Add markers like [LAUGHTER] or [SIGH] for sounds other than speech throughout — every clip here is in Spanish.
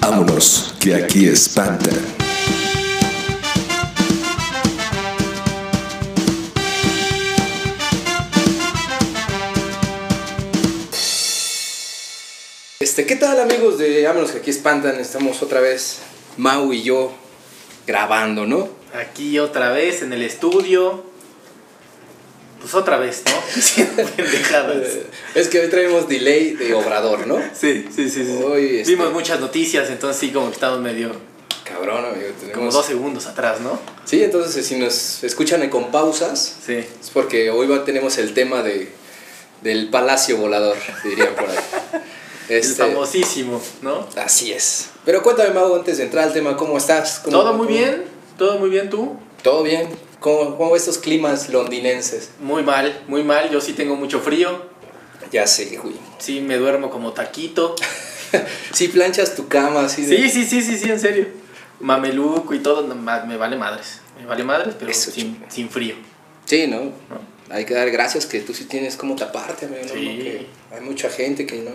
Vámonos, que aquí espanta. Este, ¿qué tal amigos de Vámonos que aquí espantan? Estamos otra vez, Mau y yo, grabando, ¿no? Aquí otra vez en el estudio. Pues otra vez, ¿no? [LAUGHS] Siendo pendejadas. Eh, Es que hoy traemos delay de Obrador, ¿no? Sí, sí, sí. sí. Hoy, este- Vimos muchas noticias, entonces sí, como que estamos medio. Cabrón, amigo, como tenemos... dos segundos atrás, ¿no? Sí, entonces eh, si nos escuchan con pausas, Sí. es porque hoy va- tenemos el tema de, del Palacio Volador, dirían por ahí. Este, [LAUGHS] El famosísimo, ¿no? Así es. Pero cuéntame, Mau, antes de entrar al tema, ¿cómo estás? ¿Cómo- Todo muy cómo- bien, todo muy bien tú. ¿Todo bien? ¿Cómo, cómo estos climas londinenses? Muy mal, muy mal. Yo sí tengo mucho frío. Ya sé, güey. Sí, me duermo como taquito. Si planchas tu cama así de... Sí, sí, sí, sí, sí, en serio. Mameluco y todo, no, ma- me vale madres. Me vale madres, pero Eso, sin, sin frío. Sí, ¿no? ¿no? Hay que dar gracias que tú sí tienes como taparte, amigo. ¿no? Sí. Porque hay mucha gente que no...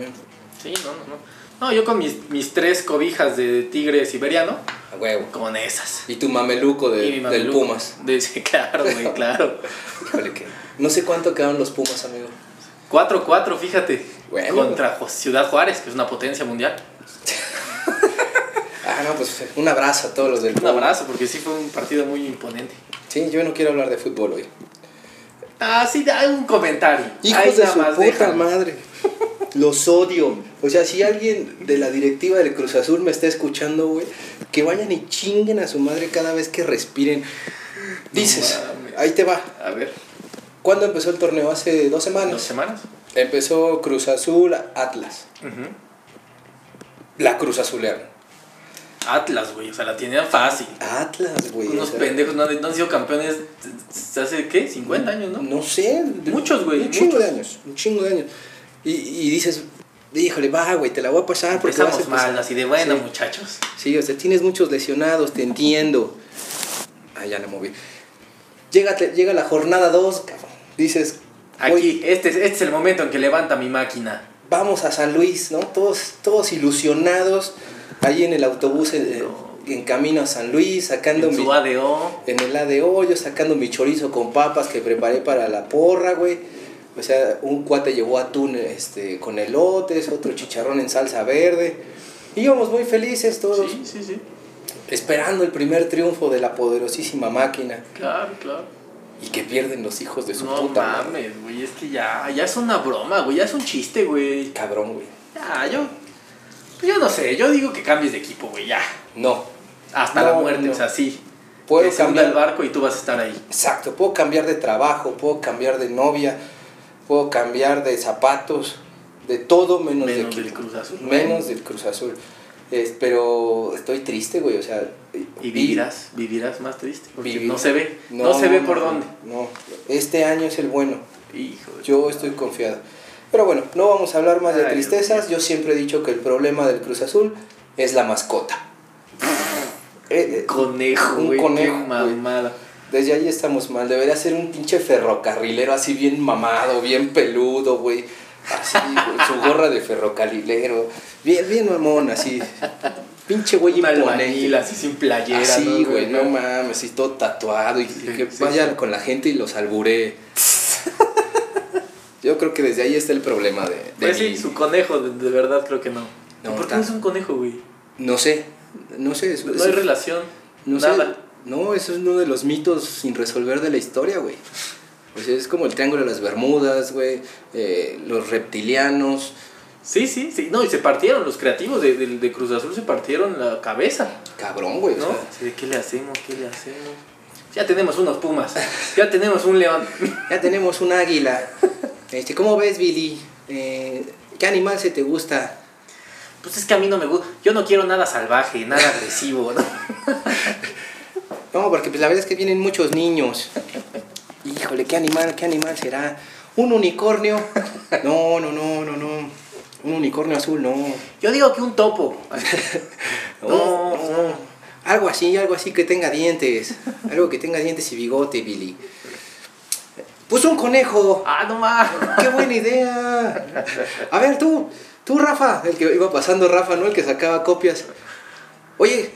Sí, no, no, no. No, yo con mis, mis tres cobijas de tigre siberiano, A huevo. con esas. Y tu mameluco, de- Y mi del mameluco. Pumas. De- [LAUGHS] sí, [LAUGHS] claro, güey, claro. Híjole, que... No sé cuánto quedaron los Pumas, amigo. 4-4, fíjate. Bueno. Contra Jo- Ciudad Juárez, que es una potencia mundial. Ah, no, pues un abrazo a todos los del Un Puma. abrazo, porque sí fue un partido muy imponente. Sí, yo no quiero hablar de fútbol hoy. Ah, sí, hay un comentario. Hijos Ahí de nada su más puta déjalo. madre. Los odio. O sea, si alguien de la directiva del Cruz Azul me está escuchando, güey, que vayan y chinguen a su madre cada vez que respiren. Dices, mames. ahí te va. A ver, ¿Cuándo empezó el torneo? Hace dos dos semanas. semanas. Empezó Cruz Azul Atlas. Ujú. La Cruz Azulearon. Atlas, güey, o sea, la tenían fácil. Atlas, güey. Unos o sea, pendejos no han, no han sido campeones desde hace, ¿qué? 50 años, ¿no? No sé. Muchos, güey, Un chingo muchos. de años. Un chingo de años. Y, y dices, híjole, va, güey, te la voy a pasar porque vas a Empezamos mal, empezar". así de bueno, Sí. muchachos. Sí, o sea, tienes muchos lesionados, te entiendo. Ah, ya la moví. Llega, llega la jornada 2, cabrón. Dices, Aquí, "Oye, este, es- este es el momento en que levanta mi máquina. vamos a San Luis, ¿no? Todos, todos ilusionados, ahí en el autobús eh, No. en camino a San Luis, sacando En mi- su ADO. en el ADO, yo sacando mi chorizo con papas que preparé para la porra, güey. O sea, un cuate llevó atún este, con elotes, otro chicharrón en salsa verde. Íbamos muy felices todos. Sí, sí, sí. esperando el primer triunfo de la poderosísima máquina Claro, claro. y que pierden los hijos de su No puta madre. mames, güey, es que ya, ya es una broma, güey, ya es un chiste, güey. Cabrón, güey. Ya, yo. pues Yo no sé, yo digo que cambies de equipo, güey, ya. No. Hasta No, la muerte, no. o sea, sí. Puedo Que se hunda cambiar. el barco y tú vas a estar ahí. Exacto, puedo cambiar de trabajo, puedo cambiar de novia, puedo cambiar de zapatos, de todo menos, Menos de del Cruz Azul. Pues Menos del Cruz Azul. Es- pero estoy triste, güey, o sea, Y vi- vivirás, vivirás más triste. Porque vivir- no se ve, no, se ve por no, dónde. No, este año es el bueno. Hijo de- Yo estoy confiado. Pero bueno, no vamos a hablar más de Ay, tristezas. Yo siempre he dicho que el problema del Cruz Azul es la [LAUGHS] mascota. Eh, eh, Conejo, Un güey. Qué conejo, güey. mamada. Desde ahí estamos mal. Debería ser un pinche ferrocarrilero así bien mamado, bien peludo, güey. Así, güey, su gorra de ferrocarrilero. Bien, bien mamón, así. Pinche güey Un albañil imponente. así sin playera. Así, ¿no, Ah, güey, no mames, y todo tatuado. Y que sí, vaya sí. con la gente y los [LAUGHS] alburee. Yo creo que desde ahí está el problema de, de Pues mi- sí, su conejo, de, de verdad creo que no. No, ¿Por qué está- no es un conejo, güey? No sé, no sé. es- No es- hay relación. no sé, nada. no, eso es uno de los mitos sin resolver de la historia, güey. O sea, es como el Triángulo de las Bermudas, güey, eh, los reptilianos. Sí, sí, sí. No, y se partieron. Los creativos de, de- de Cruz Azul se partieron la cabeza. Cabrón, güey. o ¿No? sea, Así de, ¿Qué le hacemos? ¿Qué le hacemos? Ya tenemos unos pumas. [LAUGHS] Ya tenemos un león. [LAUGHS] ya tenemos un águila. Este, ¿Cómo ves, Billy? Eh, ¿Qué animal se te gusta? Pues es que a mí no me gusta. Yo no quiero nada salvaje, nada agresivo, ¿no? [LAUGHS] No, porque pues, la verdad es que vienen muchos niños. Híjole, ¿qué animal, qué animal será? ¿Un unicornio? No, no, no, no, no. Un unicornio azul, no. Yo digo que un topo. [LAUGHS] No, no. Algo así, algo así que tenga dientes. Algo que tenga dientes y bigote, Billy. Pues un conejo. Ah, no más. ¡Qué buena idea! A ver, tú, tú, Rafa, el que iba pasando Rafa, ¿no? El que sacaba copias. Oye,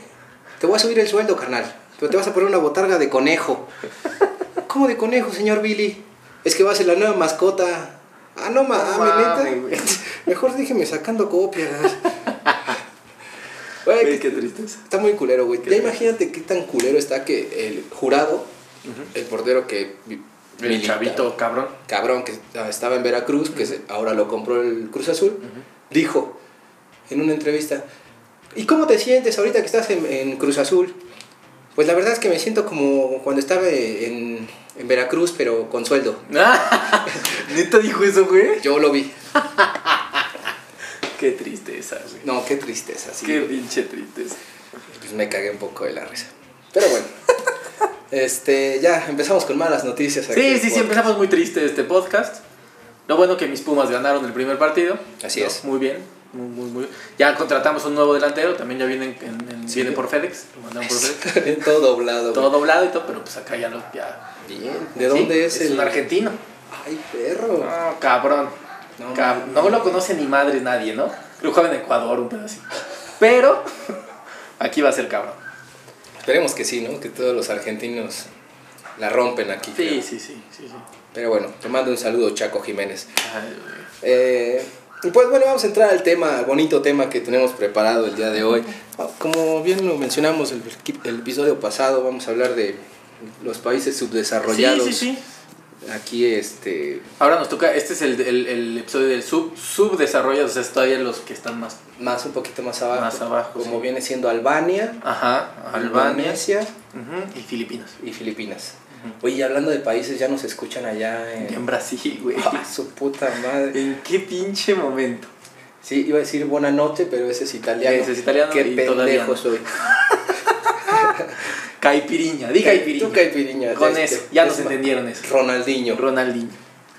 te voy a subir el sueldo, carnal. Pero te vas a poner una botarga de conejo. ¿Cómo de conejo, señor Billy? Es que va a ser la nueva mascota. Ah, no mames, neta. mames, güey. Mejor déjeme sacando [LAUGHS] copias. Güey, Güey, que- qué tristeza. Está muy culero, güey. Ya triste. imagínate qué tan culero está que el jurado, el portero que. vi- El milita- chavito, [LAUGHS] cabrón. [LAUGHS] cabrón que estaba en Veracruz, que se- ahora lo compró el Cruz Azul, dijo en una entrevista, ¿y cómo te sientes ahorita que estás en, en Cruz Azul? Pues la verdad es que me siento como cuando estaba en, en Veracruz, pero con sueldo. ¿Neta dijo eso, güey? Yo lo vi. Qué tristeza, güey. No, qué tristeza, sí. Qué pinche tristeza. Pues me cagué un poco de la risa. Pero [LAUGHS] bueno. este, ya, empezamos con malas noticias. aquí Sí, en sí, sí, podcast. empezamos muy triste este podcast. Lo bueno que mis Pumas ganaron el primer partido. Así ¿no? es. Muy bien. Muy, muy, muy bien. Ya contratamos un nuevo delantero, también ya vienen en, en- Sí. viene por FedEx, lo mandaron por FedEx. [LAUGHS] Todo doblado. güey. Todo doblado y todo, pero pues acá ya lo ya. Bien. ¿De Sí, dónde es, el...? un Ah, argentino. Ay, perro. No, cabrón. No, Cab- mames. no lo conoce ni madre nadie, ¿no? Creo que juega en Ecuador, un pedacito. Pero [LAUGHS] aquí va a ser cabrón. Esperemos que sí, ¿no? Que todos los argentinos la rompen aquí. Sí, creo. sí, sí, sí, sí. Pero bueno, te mando un saludo, Chaco Jiménez. Ay, güey. Eh, y pues bueno, vamos a entrar al tema, al bonito tema que tenemos preparado el día de hoy. Ah, Como bien lo mencionamos el, el episodio pasado, vamos a hablar de los países subdesarrollados. Sí, sí, sí. Aquí, este, Ahora nos toca, este es el, el- el episodio del sub, subdesarrollado, o sea, es todavía los que están más. más un poquito más abajo. Más abajo, Como sí. viene siendo Albania, Ajá, Albania Indonesia ujú, y Filipinas. y Filipinas. Oye, y hablando de países, ya nos escuchan allá Y en en. Brasil, güey. Ah, su puta madre. [LAUGHS] ¿En qué pinche momento? Sí, iba a decir buena noche, pero ese es italiano. Ese es italiano Qué y pendejo todavía no. soy. Caipiriña, di Caipiriña. Tú caipiriña. Con este, eso, ya es nos ma- entendieron eso. Ronaldinho. Ronaldinho.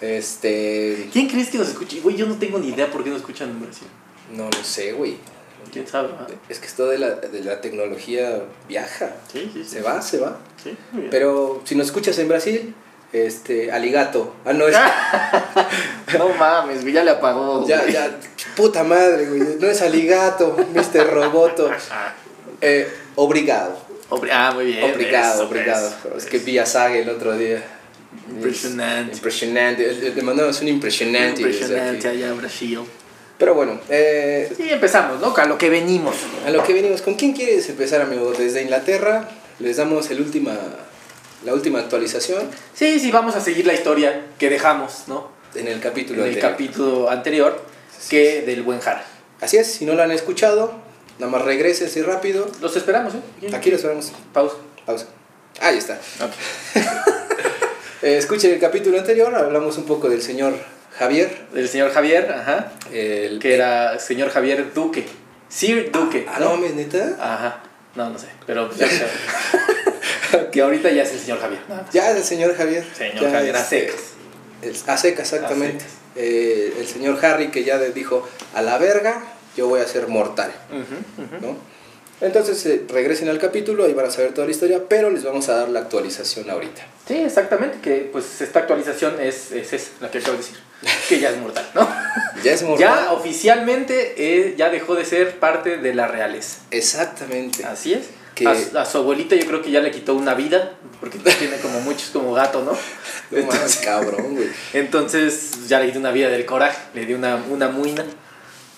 Este. ¿Quién crees que nos escuche? Güey, yo no tengo ni idea por qué nos escuchan en Brasil. No lo sé, güey. ¿Quién sabe? ah? Es que esto de la, de la tecnología viaja. Sí, sí, sí. Se va, se va. Sí, muy bien. Pero si nos escuchas en Brasil, este. Aligato. Ah, no, es. No mames, güey, ya le apagó. [LAUGHS] ya, güey. ya. Puta madre, güey. No es Aligato, Mr. [LAUGHS] Roboto. Eh, obrigado. Obri- ah, muy bien. Obrigado, eso, obrigado. eso, es que eso. vi a Saga el otro día. Impresionante. Es Impresionante. Le- Le mandamos un impresionante. desde Impresionante aquí. allá en Brasil. Pero bueno, eh, Sí, empezamos, ¿no? A lo que venimos. a lo que venimos. ¿Con quién quieres empezar, amigo? Desde Inglaterra les damos el última, la última actualización Sí, sí, vamos a seguir la historia que dejamos, ¿no? en el En capítulo el anterior. capítulo anterior, que del buen Jara. Así es, si no lo han escuchado, nada más regrese así rápido. Los esperamos, ¿eh? Aquí los vemos. Pausa. Pausa. Ahí está. Eh, escuchen el capítulo anterior, hablamos un poco del señor Javier. El señor Javier, ajá. El Que era señor Javier Duque. Sir Duque. Ah, no, mames, neta. Ajá. No, no sé. [LAUGHS] Pero pues, ya sé. que ahorita ya es el señor Javier. nada más. Ya es el señor Javier. Señor Ya, Javier a este, secas. El, a seca, exactamente. A secas. Eh, el señor Harry que ya le dijo, a la verga, yo voy a ser mortal, Ujú, ujú. ¿no? Entonces eh, regresen al capítulo y van a saber toda la historia, pero les vamos a dar la actualización ahorita. Sí, exactamente. Que pues esta actualización es, es esa, la que acabo de decir. Que ya es mortal, ¿no? Ya es mortal. Ya oficialmente eh, ya dejó de ser parte de la realeza. Exactamente. Así es. Que- A, su- a su abuelita yo creo que ya le quitó una vida, porque tiene como muchos como gato, ¿no? No mames, cabrón, güey. Entonces ya le quitó una vida del coraje, le dio una, una muina.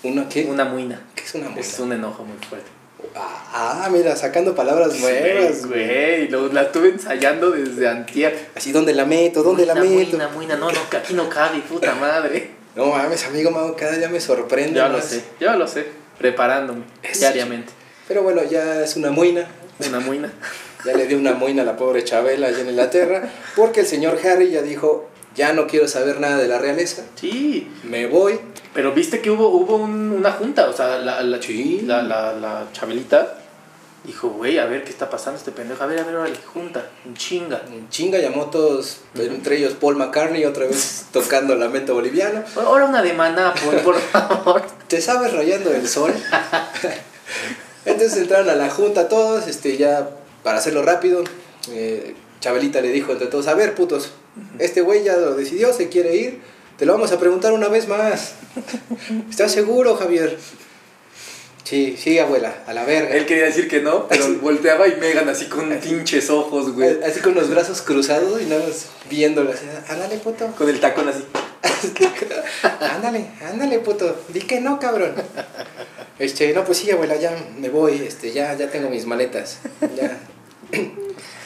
¿Una qué? Una muina. ¿Qué es una muela? Es un enojo muy fuerte. Ah, ah, mira, sacando palabras nuevas, Sí, güey. güey, lo- la estuve ensayando desde antier. Así, ¿dónde la meto? ¿Dónde la Muina, meto? Muina, muina, no, no, que aquí no cabe, puta madre. No mames, amigo Mau, cada día me sorprende. Ya lo más. sé, ya lo sé, preparándome Eso. diariamente. Pero bueno, ya es una muina. Una muina. Ya le dio una moina a la pobre Chabela allá en Inglaterra, porque el señor Harry ya dijo, ya no quiero saber nada de la realeza, Sí, me voy. Pero viste que hubo, hubo un- una junta, o sea, la, la, Sí. la, la- la Chabelita dijo, güey, a ver qué está pasando este pendejo, a ver, a ver, órale, junta, un chinga. En Chinga llamó a todos, entre ellos Paul McCartney, otra vez tocando lamento boliviano. O- Ahora una de maná, por, por favor. [LAUGHS] ¿Te sabes rayando el sol? Entonces entraron a la junta todos, este, ya para hacerlo rápido, eh, Chabelita le dijo entre todos, a ver putos, este güey ya lo decidió, se quiere ir, te lo vamos a preguntar una vez más. ¿Estás seguro, Javier? Sí, sí, abuela, a la verga. Él quería decir que no, pero volteaba y Megan así con pinches ojos, güey. Así con los brazos cruzados y nada más viéndolo. así, Ándale, puto. Con el tacón así. ándale, ándale, puto. Di que no, cabrón. Este, no, pues sí, abuela, ya me voy. Este, ya, ya tengo mis maletas. Ya.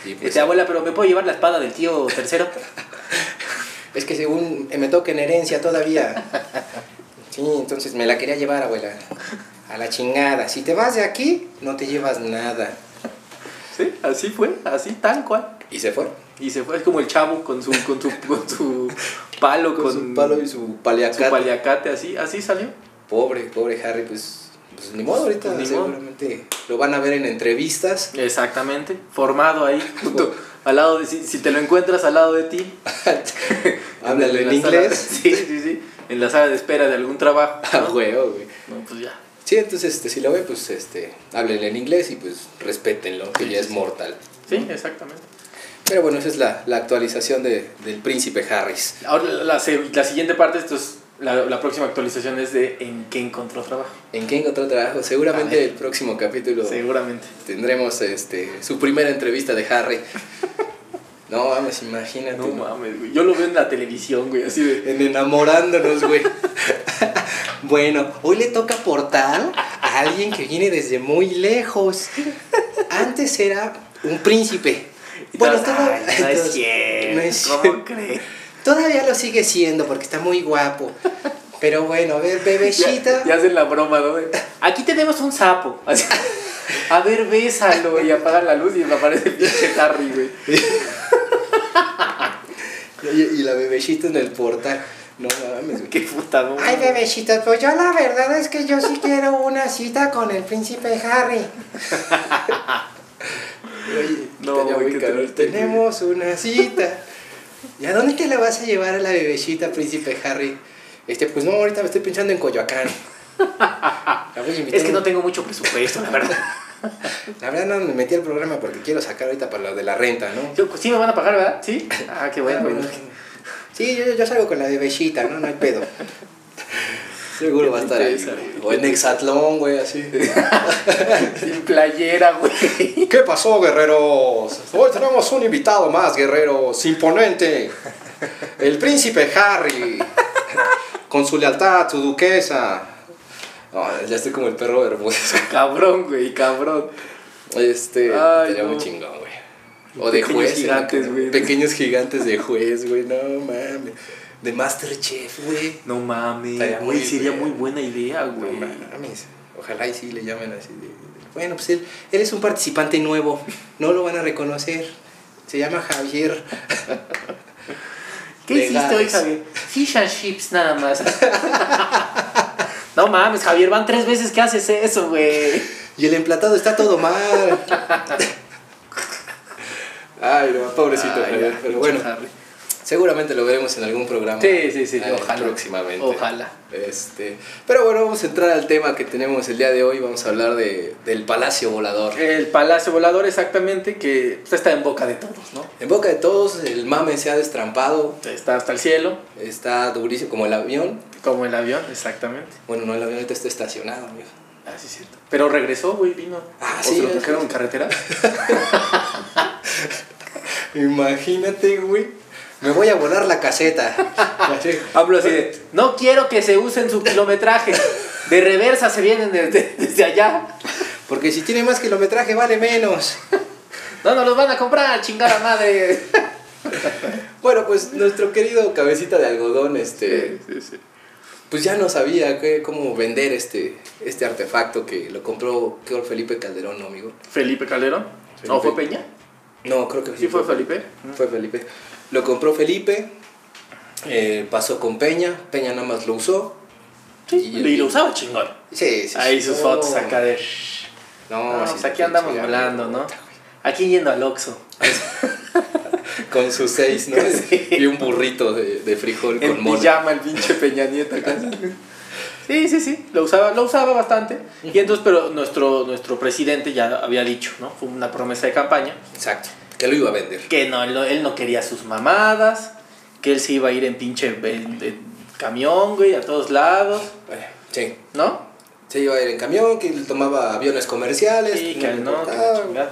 Y pues, Dice, abuela, pero ¿me puedo llevar la espada del tío tercero? es que según me toca en herencia todavía. Sí, entonces me la quería llevar, abuela. A la chingada. Si te vas de aquí, no te llevas nada. [LAUGHS] Sí, así fue, así tal cual. Y se fue. Y se fue, es como el chavo con su, con su, con su palo, con, Con su palo y su paliacate. Pues, su paliacate, así, así salió. Pobre, pobre Harry, pues, pues ni modo ahorita. Ni modo. seguramente lo van a ver en entrevistas. [LAUGHS] Exactamente, formado ahí, [LAUGHS] junto, al lado de, si, si te lo encuentras al lado de ti. Háblale en la sala- inglés. [LAUGHS] sí, sí, sí, en la sala de espera de algún trabajo. Ah, ¿no? huevo, güey. No, pues ya. Sí, entonces este, si lo ve, pues este, háblenle en inglés y pues respétenlo, que ya es mortal. Sí, exactamente. Pero bueno, esa es la, la actualización de, del príncipe Harris. Ahora la, la se- la siguiente parte, esto es, la, la próxima actualización es de en qué encontró trabajo. ¿En qué encontró trabajo? Seguramente el próximo capítulo Seguramente. tendremos este, su primera entrevista de Harry. No, vamos, imagínate. No mames, güey. Yo lo veo en la televisión, güey, así de. En enamorándonos, güey. bueno, hoy le toca portal a alguien que viene desde muy lejos. Antes era un príncipe. Bueno, Ay, toda- no es entonces, cierto. no es ¿Cómo crees? Todavía lo sigue siendo porque está muy guapo. Pero bueno, a ver, bebecita. Ya, ya hacen la broma, ¿no? De, Aquí tenemos un sapo. [LAUGHS] Así. A ver, bésalo y apagan la luz y me aparece el pinche Harry, güey. Y, y la bebecita en el portal. No mames, güey. Qué puta, no. Ay, bebecita, pues yo la verdad es que yo [LAUGHS] sí quiero una cita con el príncipe Harry. [LAUGHS] Oye, No, estaría güey, muy qué cabrón. triste, güey. Tenemos una cita. ¿Y a dónde te la vas a llevar a la bebecita, príncipe Harry? Este, pues no, ahorita me estoy pensando en Coyoacán. [LAUGHS] La voy a invitar Es que un- no tengo mucho presupuesto, la verdad. La verdad no me metí al programa porque quiero sacar ahorita para lo de la renta, ¿no? Yo- pues, Sí me van a pagar, ¿verdad? Sí. Ah, qué bueno, güey. Sí, yo, yo salgo con la bebecita, ¿no? No hay pedo. Seguro va a estar ahí. Esa, güey. O en Exatlón, güey, así. Sin playera, güey. ¿Qué pasó, guerreros? Hoy tenemos un invitado más, guerreros, imponente. El príncipe Harry. Con su lealtad, su duquesa. No, ya estoy como el perro Bermúdez. Cabrón, güey, cabrón. Este, Ay, estaría no. muy chingón, güey. O de Pequeños juez. ¿no? gigantes, güey. Pequeños gigantes de juez, güey. No mames. De Masterchef, güey. No mames, Estaría güey, muy sería bien. muy buena idea, No güey. mames. Ojalá y sí le llamen así. de- de- Bueno, pues él, él es un participante nuevo. No lo van a reconocer. Se llama Javier. ¿Qué hiciste hoy, Legales. Javier? Fish and chips nada más. [LAUGHS] no mames, Javier, van tres veces que haces eso, güey. Y el emplatado está todo mal. Ay, no, pobrecito Javier. Pero bueno, seguramente lo veremos en algún programa. Sí, sí, sí, Ay, ojalá. Próximamente. Ojalá. Este, pero bueno, vamos a entrar al tema que tenemos el día de hoy. Vamos a hablar de, del Palacio Volador. El Palacio Volador, exactamente, que pues, está en boca de todos, ¿no? En boca de todos, el mame se ha destrampado. Está hasta el cielo, Está durísimo como el avión. como el avión, exactamente. Bueno, no, el avión ahorita está estacionado, amigo. Así es cierto. Pero regresó, güey, vino. Ah, ¿O sí, se lo es- trajeron en [LAUGHS] carretera? Imagínate, güey. Me voy a volar la caseta. Así. Hablo así de, no quiero que se usen su kilometraje. De reversa se vienen desde, desde allá. Porque si tiene más kilometraje vale menos. No nos los van a comprar, chingada madre. Bueno, pues nuestro querido cabecita de algodón, este, pues ya no sabía qué- cómo vender este, este artefacto que lo compró creo, Felipe Calderón, ¿no, amigo? ¿Felipe Calderón? Felipe. ¿No fue Peña? No, creo que ¿Sí fue Felipe? Fue Felipe. Lo compró Felipe, eh, pasó con Peña, Peña nada más lo usó. Y, lo usaba chingón. Sí, sí, Ahí sí. sus No. fotos acá de... No, No, sí, pues aquí sí, andamos sí, volando, ¿no? Aquí yendo al Oxxo. Con sus [LAUGHS] seis, ¿no? Y un burrito de, de frijol con en mono. pijama el [LAUGHS] pinche Peña Nieto acá. Sí, sí, sí, lo usaba, lo usaba bastante. Y entonces, pero nuestro, nuestro presidente ya había dicho, ¿no? Fue una promesa de campaña. Exacto. Que lo iba a vender. Que no, él, no- él no quería sus mamadas, que él se iba a ir en pinche en- en camión, güey, a todos lados, Sí. ¿no? se iba a ir en camión, que tomaba aviones comerciales. Sí, no que le no, que importaba. la chingada.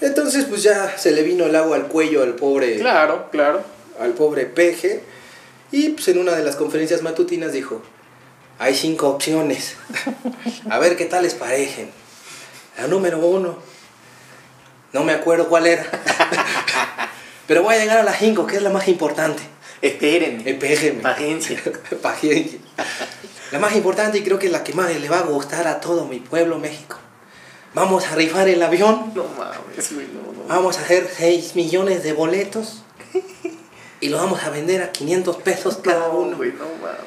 Entonces, pues ya se le vino el agua al cuello al pobre, Claro, claro. al pobre peje. Y pues en una de las conferencias matutinas dijo: Hay cinco opciones. A ver qué tal les parecen. La número uno. No me acuerdo cuál era. [LAUGHS] Pero voy a llegar a la cinco, que es la más importante. Eh, Em- Espérenme. Espéjenme. [LAUGHS] Paciencia. Paciencia. La más importante y creo que es la que más le va a gustar a todo mi pueblo México. Vamos a rifar el avión, No mames, güey, no, no. vamos a hacer 6 millones de boletos y los vamos a vender a 500 pesos cada No, uno. güey, no mames.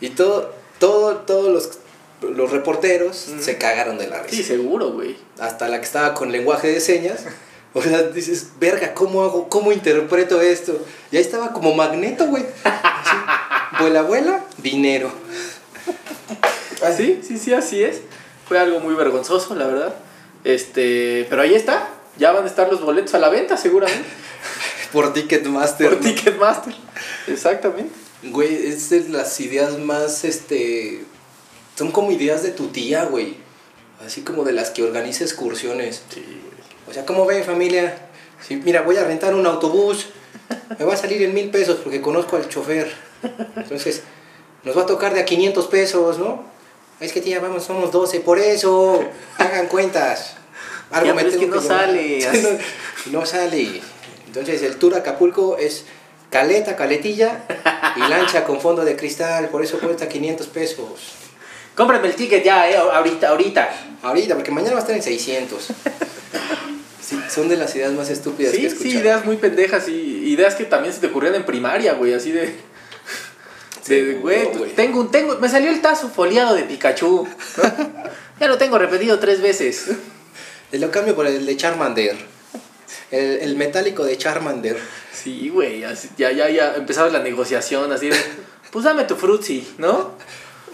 Y todo, todo, todos los, los reporteros se cagaron de la risa. Sí, seguro, güey. Hasta la que estaba con lenguaje de señas. O sea, dices, verga, ¿cómo hago? ¿Cómo interpreto esto? Y ahí estaba como magneto, güey. Así, Vuela, abuela, dinero. ¿Ah, Sí, sí, sí, así es. Fue algo muy vergonzoso, la verdad. Este, pero ahí está. Ya van a estar los boletos a la venta, [LAUGHS] seguramente. Por Ticketmaster. por ¿no? Ticketmaster. Exactamente. Güey, es de las ideas más, este... Son como ideas de tu tía, güey. Así como de las que organiza excursiones. Sí, O sea, ¿cómo ven, familia? Sí, mira, voy a rentar un autobús. Me va a salir en mil pesos porque conozco al chofer. Entonces, nos va a tocar de a 500 pesos, ¿no? Es que tía, vamos, somos 12. Por eso, hagan cuentas. Ya, pero es tengo que no llevar. sale. [LAUGHS] Sí, no, no sale. Entonces, el tour Acapulco es caleta, caletilla y lancha con fondo de cristal. Por eso cuesta 500 pesos. Cómprame el ticket ya, eh, ahorita, ahorita. Ahorita, porque mañana va a estar en 600. Sí, son de las ideas más estúpidas que Sí, he escuchado. sí, ideas muy pendejas y ideas que también se te ocurrían en primaria, güey, así [LAUGHS] de... de, Seguro, güey, güey. tengo un, tengo, me salió el tazo foliado de Pikachu. ¿no? [LAUGHS] ya lo tengo repetido tres veces. Te Lo cambio por el de Charmander. El, el metálico de Charmander. Sí, güey, así- ya, ya, ya, empezabas la negociación, así de, pues dame tu frutzi, ¿no?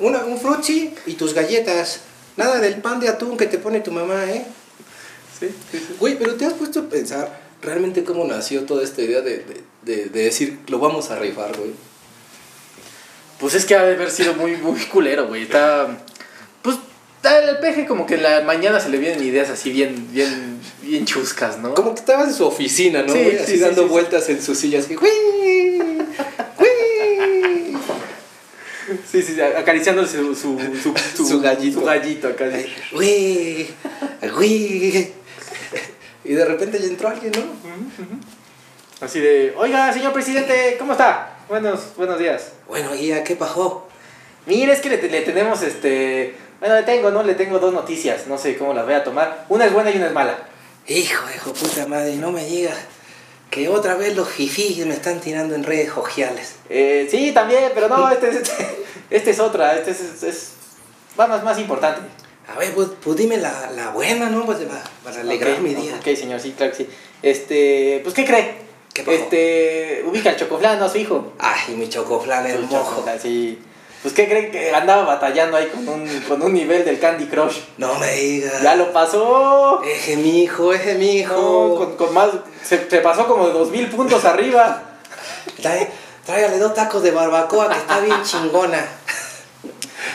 Una, un frutzi y tus galletas. Nada del pan de atún que te pone tu mamá, ¿eh? Sí, sí, sí. Güey, pero te has puesto a pensar realmente cómo nació toda esta idea de, de- de- de decir, lo vamos a rifar, güey. Pues es que ha de haber sido muy, muy culero, güey, está, pues, está el peje como que en la mañana se le vienen ideas así bien, bien, bien chuscas, ¿no? Como que estaba en su oficina, ¿no? Sí, güey? sí, así sí, dando sí, sí. vueltas en sus sillas. así, ¡güey! ¡güey! Sí, sí, sí, acariciándole su, su, [LAUGHS] su, Su gallito. Su gallito acá. Ay, güey, güey. Y de repente ya entró alguien, ¿no? Así de, oiga, señor presidente, ¿cómo está? Buenos, buenos días. Bueno, guía, ¿qué pasó? Mire, es que le, te- le tenemos, este, bueno, le tengo, ¿no? Le tengo dos noticias, no sé cómo las voy a tomar. Una es buena y una es mala. Hijo de hijo puta madre, no me digas que otra vez los jifís me están tirando en redes sociales. Eh, sí, también, pero no, este, es- este, este es otra, este es, es, es más, más importante. A ver, pues, pues dime la, la buena, ¿no? Pues, para, para alegrar Ok, mi día. Ok, señor, sí, claro que sí. Este, pues, ¿qué cree? ¿Qué pasó? Este, ubica el chocoflán, ¿no? A su hijo. Ay, mi chocoflan El hermoso. Mojo, así. Pues qué creen que andaba batallando ahí con un, con un nivel del Candy Crush. No me digas. Ya lo pasó. Eje mi hijo, eje mi No, hijo. con, con más. Se, se pasó como de dos mil puntos arriba. Trae- tráigale dos tacos de barbacoa que está [LAUGHS] bien chingona.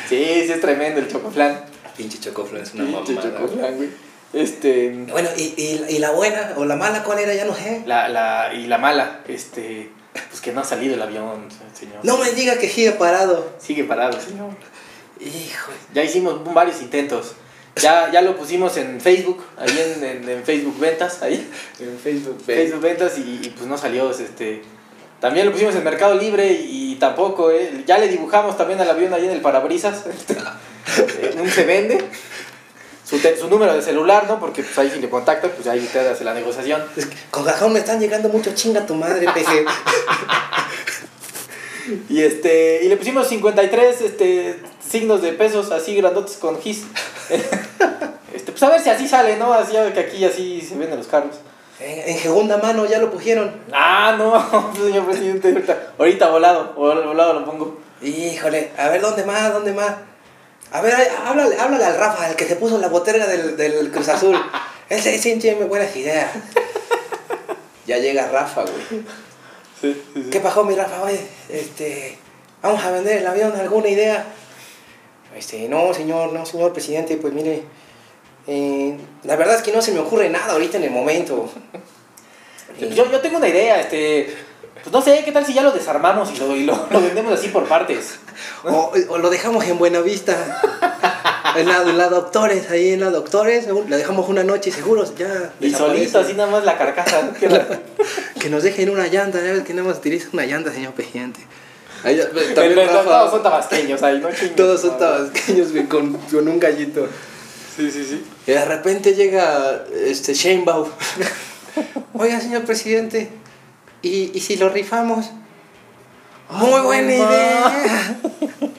Sí, sí, es tremendo el chocoflan. Pinche chocoflan es una Pinche mamada. güey. chocoflan, güey. Este. Bueno, y, y, y la buena o la mala, ¿cuál era? Ya no sé. La, la, y la mala, este. Pues que no ha salido el avión, señor. No me diga que sigue parado. Sigue parado, señor. Hijo. Ya hicimos varios intentos. Ya, ya lo pusimos en Facebook, ahí en, en- en Facebook Ventas, ahí. En Facebook, Facebook Ventas y, y, pues no salió. este También lo pusimos en Mercado Libre y, tampoco, ¿eh? Ya le dibujamos también al avión ahí en el parabrisas. [LAUGHS] Eh, un se vende. Su, te- su número de celular, ¿no? Porque pues ahí si le contacta, pues ahí usted hace la negociación. Es que Con cajón me están llegando mucho, chinga tu madre, [LAUGHS] peje. Y este y le pusimos 53 este, signos de pesos así grandotes con gis. [LAUGHS] Este, pues a ver si así sale, ¿no? Así a ver que aquí así se venden los carros. En, en segunda mano ya lo pusieron. Ah, no, [LAUGHS] señor presidente, ahorita, ahorita volado, vol- volado lo pongo. Híjole, a ver, ¿dónde más? ¿Dónde más? A ver, ay, háblale, háblale al Rafa, el que se puso la boterga del, del Cruz [LAUGHS] Azul. Ese sí tiene buenas [LAUGHS] ideas. Ya llega Rafa, güey. Sí, sí, sí. ¿Qué pasó, mi Rafa? Oye, este. Vamos a vender el avión, ¿alguna idea? Este, no, señor, no, señor presidente, pues mire, eh, la verdad es que no se me ocurre nada ahorita en el momento. Eh, [LAUGHS] Yo, yo tengo una idea, este. Pues no sé, ¿qué tal si ya lo desarmamos y lo, y lo, lo vendemos así por partes? o, o lo dejamos en Buenavista. [LAUGHS] En la, en la doctores, ahí en la doctores, la dejamos una noche seguros, ya. Y desaparece. solito, así nada más la carcasa. ¿no? Que la- Que nos dejen una llanta, ya ves que nada más utiliza una llanta, señor presidente. Ahí ya- Pero también Rafa- Todos son tabasqueños ahí, ¿no? Chingues, Todos son no. tabasqueños güey, con, con un gallito. Sí, sí, sí. Y de repente llega este [LAUGHS] Sheinbaum. Oiga, señor presidente, ¿y, y si lo rifamos? Muy buena no idea. [LAUGHS]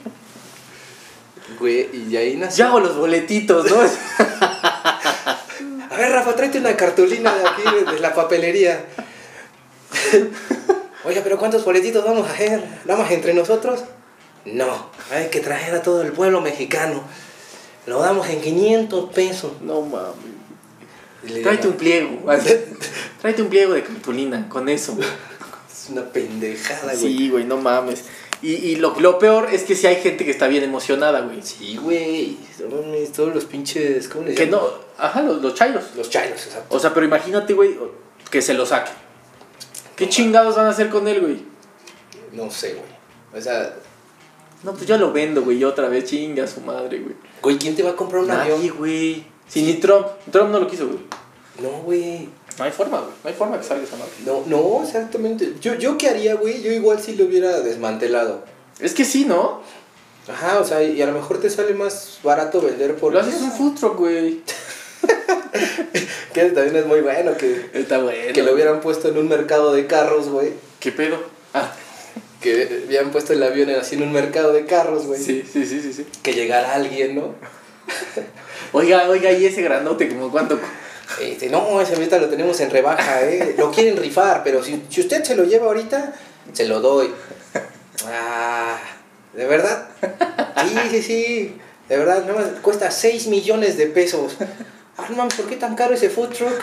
Güey, y de ahí Yo nació. hago los boletitos, ¿no? A ver, Rafa, tráete una cartulina de aquí, de, de la papelería. Oiga, pero ¿cuántos boletitos vamos a hacer? ¿Damos entre nosotros? No, hay que traer a todo el pueblo mexicano. Lo damos en 500 pesos. No mames. Y le Tráete digo, un pliego. [LAUGHS] Tráete un pliego de cartulina con eso. Es una pendejada, güey. Sí, güey, no mames. Y, y lo, lo peor es que sí hay gente que está bien emocionada, güey. Sí, güey. no mames, Todos los pinches. ¿Cómo le Que dicen? no. Ajá, los, los chairos. Los chairos, exacto. O sea, pero imagínate, güey, que se lo saque. ¿Qué chingados van a hacer con él, güey? No sé, güey. O sea, No, pues yo lo vendo, güey, otra vez, chinga su madre, güey. güey, ¿quién te va a comprar un Nadie, avión? güey. Si ni Trump, Trump no lo quiso, güey. No, güey. No hay forma, güey. No hay forma que salga esa madre. No, no, exactamente. Yo, yo qué haría, güey. Yo igual sí lo hubiera desmantelado. Es que sí, ¿no? Ajá, o sea, y a lo mejor te sale más barato vender por. Lo haces un food truck, güey. [LAUGHS] Que también es muy bueno que, Está bueno. que lo hubieran puesto en un mercado de carros, güey. ¿Qué pedo? Ah, Que hubieran puesto el avión así en un mercado de carros, güey. sí, sí, sí, sí, sí. Que llegara alguien, ¿no? Oiga, oiga, y ese grandote, como cuánto. cu- Este, no, ese ahorita lo tenemos en rebaja, ¿eh? Lo quieren rifar, pero si, si usted se lo lleva ahorita, se lo doy. Ah, ¿de verdad? Sí, sí, sí. De verdad, nada más cuesta 6 millones de pesos. Ah, no mames, ¿por qué tan caro ese food truck?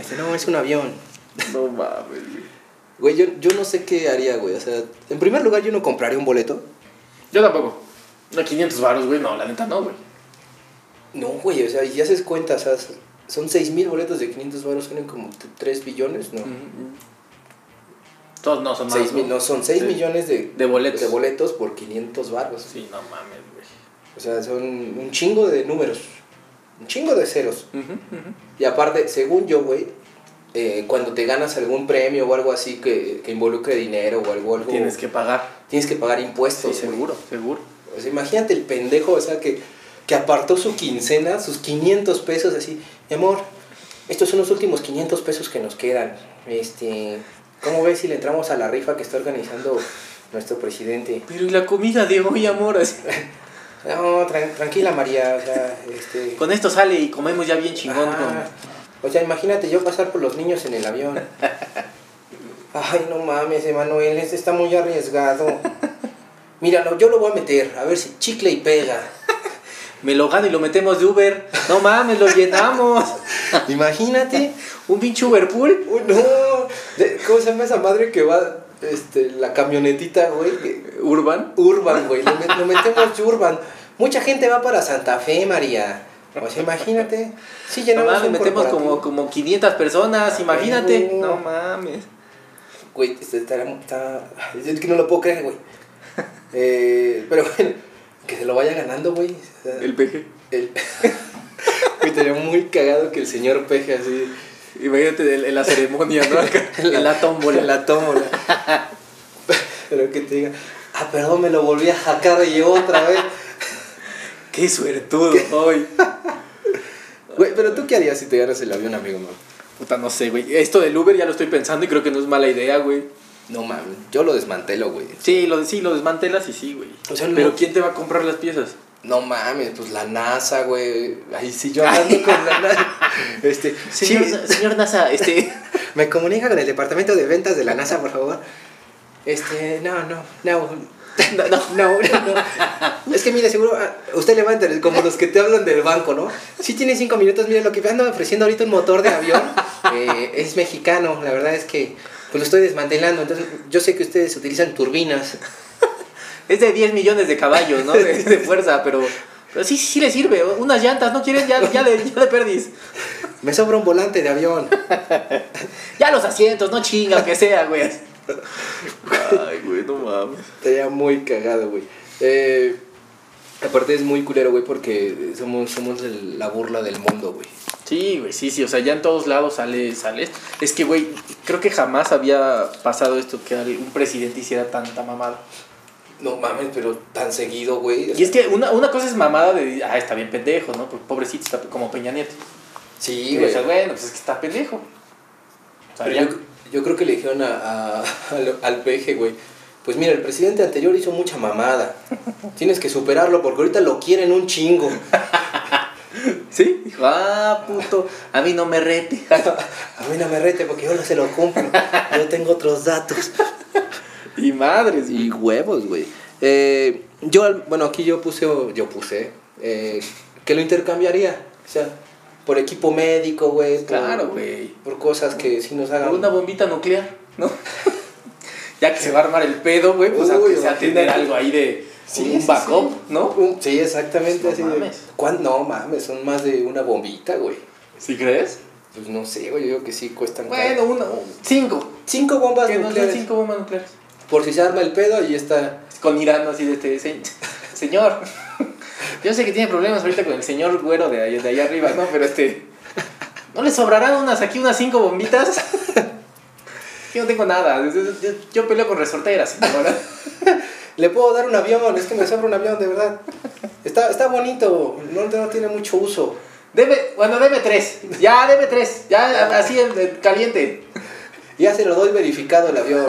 Este, no, es un avión. No mames, güey. Güey, yo, yo no sé qué haría, güey. O sea, en primer lugar, yo no compraría un boleto. Yo tampoco. No, 500 baros, güey. No, la neta no, güey. No, güey, o sea, y haces cuentas, o sea, son 6 mil boletos de 500 baros, salen como 3 billones, ¿no? Todos no son Mm, más. Seis mil- ¿no? no, son 6 Sí. millones de, De boletos. de boletos por 500 barros. Sí, no mames, güey. O sea, son un chingo de números. Un chingo de ceros. Y aparte, según yo, güey, eh, cuando te ganas algún premio o algo así que, que involucre dinero o algo, algo Tienes que pagar. tienes que pagar impuestos. güey. seguro, seguro. O sea, imagínate el pendejo, o sea, que, que apartó su quincena, sus 500 pesos, así, mi amor, estos son los últimos 500 pesos que nos quedan. Este, ¿cómo ves si le entramos a la rifa que está organizando nuestro presidente? Pero y la comida de hoy, amor. Así- No, tran- tranquila María, o sea, este... [LAUGHS] Con esto sale y comemos ya bien chingón. ajá. con- O sea, imagínate yo pasar por los niños en el avión. Ay, no mames, Emanuel, este está muy arriesgado. Míralo, yo lo voy a meter, a ver si chicle y pega. Me lo gano y lo metemos de Uber. No mames, lo [LAUGHS] llenamos. Imagínate. Un pinche Uber pool. Uy, no. De- ¿Cómo se llama esa madre que va este, la camionetita, güey? Que- Urban. Urban, güey. Le, met- le metemos Urban. Mucha gente va para Santa Fe, María. O sea, imagínate. Sí, No llenamos mames, un metemos como, corporativo. como 500 personas, imagínate. Huevo. No mames. Güey, este, estará- está... Yo es que no lo puedo creer, güey. Eh, pero bueno, que se lo vaya ganando, güey. O sea, peje. el- [LAUGHS] Güey, estaría muy cagado que el señor peje así... Imagínate en, en la ceremonia, [LAUGHS] ¿no? Acá, en la tómbola. En la tómbola. Pero que te diga, ah, perdón, me lo volví a jacar y otra vez. Qué suertudo hoy. Güey, pero tú qué harías si te ganas el avión, amigo, man? Puta, no sé, güey. Esto del Uber ya lo estoy pensando y creo que no es mala idea, güey. No mames, yo lo desmantelo, güey. Sí, lo, sí, lo desmantelas y sí, güey. O sea, no- Pero ¿quién te va a comprar las piezas? No mames, pues la NASA, güey. Ahí sí yo hablando con la [LAUGHS] NASA. Este, sí, señor NASA, este... [LAUGHS] me comunica con el departamento de ventas de la NASA, por favor. Este, no, no, no. No, no, no, no. Es que mire, seguro, ah, usted le va a interesar, como los que te hablan del banco, ¿no? Si tiene cinco minutos, mire, lo que ando ofreciendo ahorita un motor de avión eh, es mexicano, la verdad es que pues lo estoy desmantelando, entonces yo sé que ustedes utilizan turbinas. es de 10 millones de caballos, ¿no? De, de fuerza, pero, pero sí, sí, sí le sirve. Unas llantas, ¿no quieres? Ya, ya, le, ya le perdís. Me sobra un volante de avión. Ya los asientos, no chinga, aunque sea, güey. Ay, güey, no mames. Estaría muy cagado, güey. Eh, aparte es muy culero, güey, porque somos, somos el- la burla del mundo, güey. Sí, güey, sí, sí, o sea, ya en todos lados sale, sale. Es que, güey, creo que jamás había pasado esto que al- un presidente hiciera tanta mamada. No mames, pero tan seguido, güey. Y es que una, una cosa es mamada de, ah, está bien pendejo, ¿no? Porque Pobrecito, está como Peña Nieto. Sí, Y, güey. o sea, bueno, pues es que está pendejo. O sea, Pero ya- yo, yo creo que le dijeron a, [LAUGHS] a- al, al peje, güey. Pues mira, el presidente anterior hizo mucha mamada. Tienes que superarlo porque ahorita lo quieren un chingo. ¿Sí? Dijo, ah, puto, a mí no me rete. A mí no me rete porque yo no se lo compro. Yo tengo otros datos. y madres, güey. Y huevos, güey. Eh, yo, al- bueno, aquí yo puse, yo puse, eh, que lo intercambiaría. O sea, por equipo médico, güey. por- Claro, güey. Por cosas que sí nos hagan. Una bombita nuclear, ¿no? [LAUGHS] ya que se va a armar el pedo, güey, pues Uy, aunque sea imagínate. tener algo ahí de Sí, un sí, backup, sí. ¿no? Un- Sí, exactamente. No así de- mames. ¿Cuán- No mames, son más de una bombita, güey. ¿Sí crees? Pues no sé, güey, yo digo que sí cuestan. Bueno, caro. uno, cinco. cinco bombas Que nos den nucleares. cinco bombas nucleares. Por si se arma el pedo, ahí está. Con Irán así de este "Se- señor. [LAUGHS] Yo sé que tiene problemas ahorita con el señor güero de ahí, de ahí arriba, ¿no? Pero este. ¿No le sobrarán unas aquí unas cinco bombitas? [LAUGHS] Yo no tengo nada. Yo, yo- yo peleo con resorteras, señora. Le puedo dar un avión, es que me sobra un avión, de [LAUGHS] verdad. Está, está bonito, no, no tiene mucho uso. Deme, bueno, deme tres. Ya, deme tres. Ya, así en- en caliente. Ya se lo doy verificado el avión.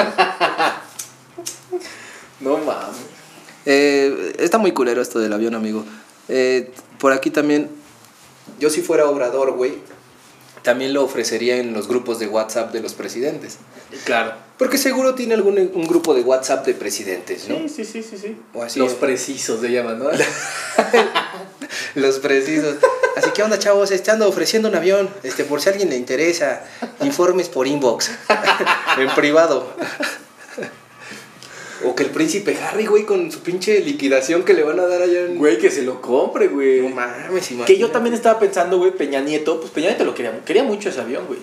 No mames. [LAUGHS] Eh, está muy culero esto del avión, amigo. Eh, por aquí también, yo si fuera obrador, güey, también lo ofrecería en los grupos de WhatsApp de los presidentes. Claro. Porque seguro tiene algún un grupo de WhatsApp de presidentes, ¿no? Sí, sí, sí, sí, sí. O así Los es. precisos se llaman, ¿no? [LAUGHS] Los precisos. Así que onda, chavos, estando ofreciendo un avión, este, por si a alguien le interesa, informes por inbox, [LAUGHS] en privado. O que el príncipe Harry, güey, con su pinche liquidación que le van a dar allá en... Güey, que se lo compre, güey. No mames, Que imagínate. yo también estaba pensando, güey, Peña Nieto, pues Peña Nieto lo quería, quería mucho ese avión, güey.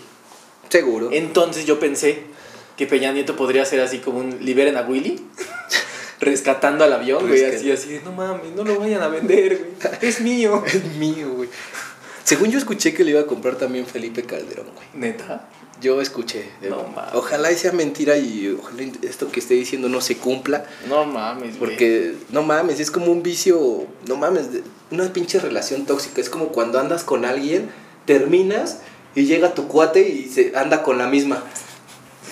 Seguro. [LAUGHS] Entonces yo pensé que Peña Nieto podría ser así como un liberen a Willy, [LAUGHS] rescatando al avión, Pues güey, que- así, así, de, no mames, no lo vayan a vender, güey, es mío. Es mío, güey. Según yo escuché que le iba a comprar también Felipe Calderón, güey. [LAUGHS] Neta. Yo escuché. No mames. Ojalá y sea mentira y ojalá esto que esté diciendo no se cumpla. No mames, Porque no mames, es como un vicio, no mames, de- una pinche relación tóxica. Es como cuando andas con alguien, terminas y llega tu cuate y se anda con la misma.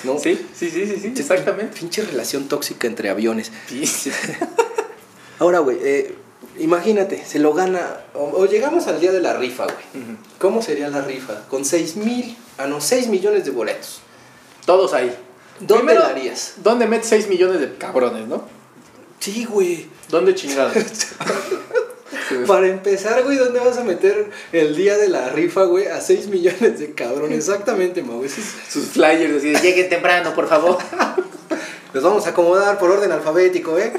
¿No? Sí, sí, sí, sí, sí, exactamente. Pinche relación tóxica entre aviones. [LAUGHS] Sí. Ahora, güey, eh, imagínate, se lo gana. O, o llegamos al día de la rifa, güey. Ujú. ¿Cómo sería la rifa? Con 6 mil, a no, 6 millones de boletos. Todos ahí. ¿Dónde Primero, la harías? ¿Dónde metes 6 millones de cabrones, no? Sí, güey. ¿Dónde chingados? Pues, Para empezar, güey, ¿dónde vas a meter el día de la rifa, güey? A 6 millones de cabrones. Exactamente, Mau. eso es- [LAUGHS] Sus flyers así de lleguen temprano, por [LAUGHS] favor. Los vamos a acomodar por orden alfabético, ¿eh?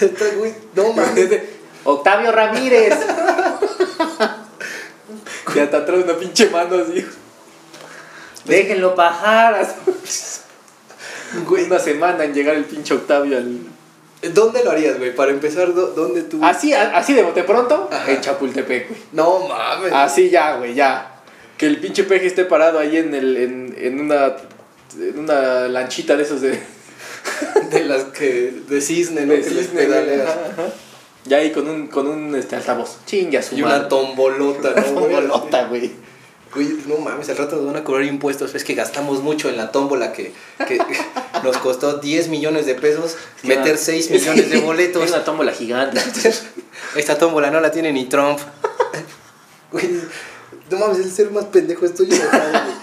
Está, güey, no mames. Octavio Ramírez. [LAUGHS] Ya está atrás una pinche mano así. Déjenlo bajar. Güey. Una semana en llegar el pinche Octavio al. ¿Dónde lo harías, güey? Para empezar, ¿dó- ¿dónde tú? Así, a- así de bote pronto. Ajá. En Chapultepec, güey. No mames. Así ya, güey, ya. Que el pinche peje esté parado ahí en el. en, en una. en una lanchita de esos de. [LAUGHS] De las que. De cisne, ¿no? de Que les cisne, güey. pedaleas. Ajá, ajá. Ya ahí con un, con un este, altavoz. Chingue a su Y una madre. tombolota, ¿no? güey? [LAUGHS] Tombolota, güey. Güey, no mames, al rato nos van a cobrar impuestos. Es que gastamos mucho en la tómbola que, que nos costó 10 millones de pesos meter 6 millones de boletos. [LAUGHS] Es una tómbola gigante. Esta tómbola no la tiene ni Trump. [LAUGHS] Güey, no mames, el ser más pendejo estoy yo.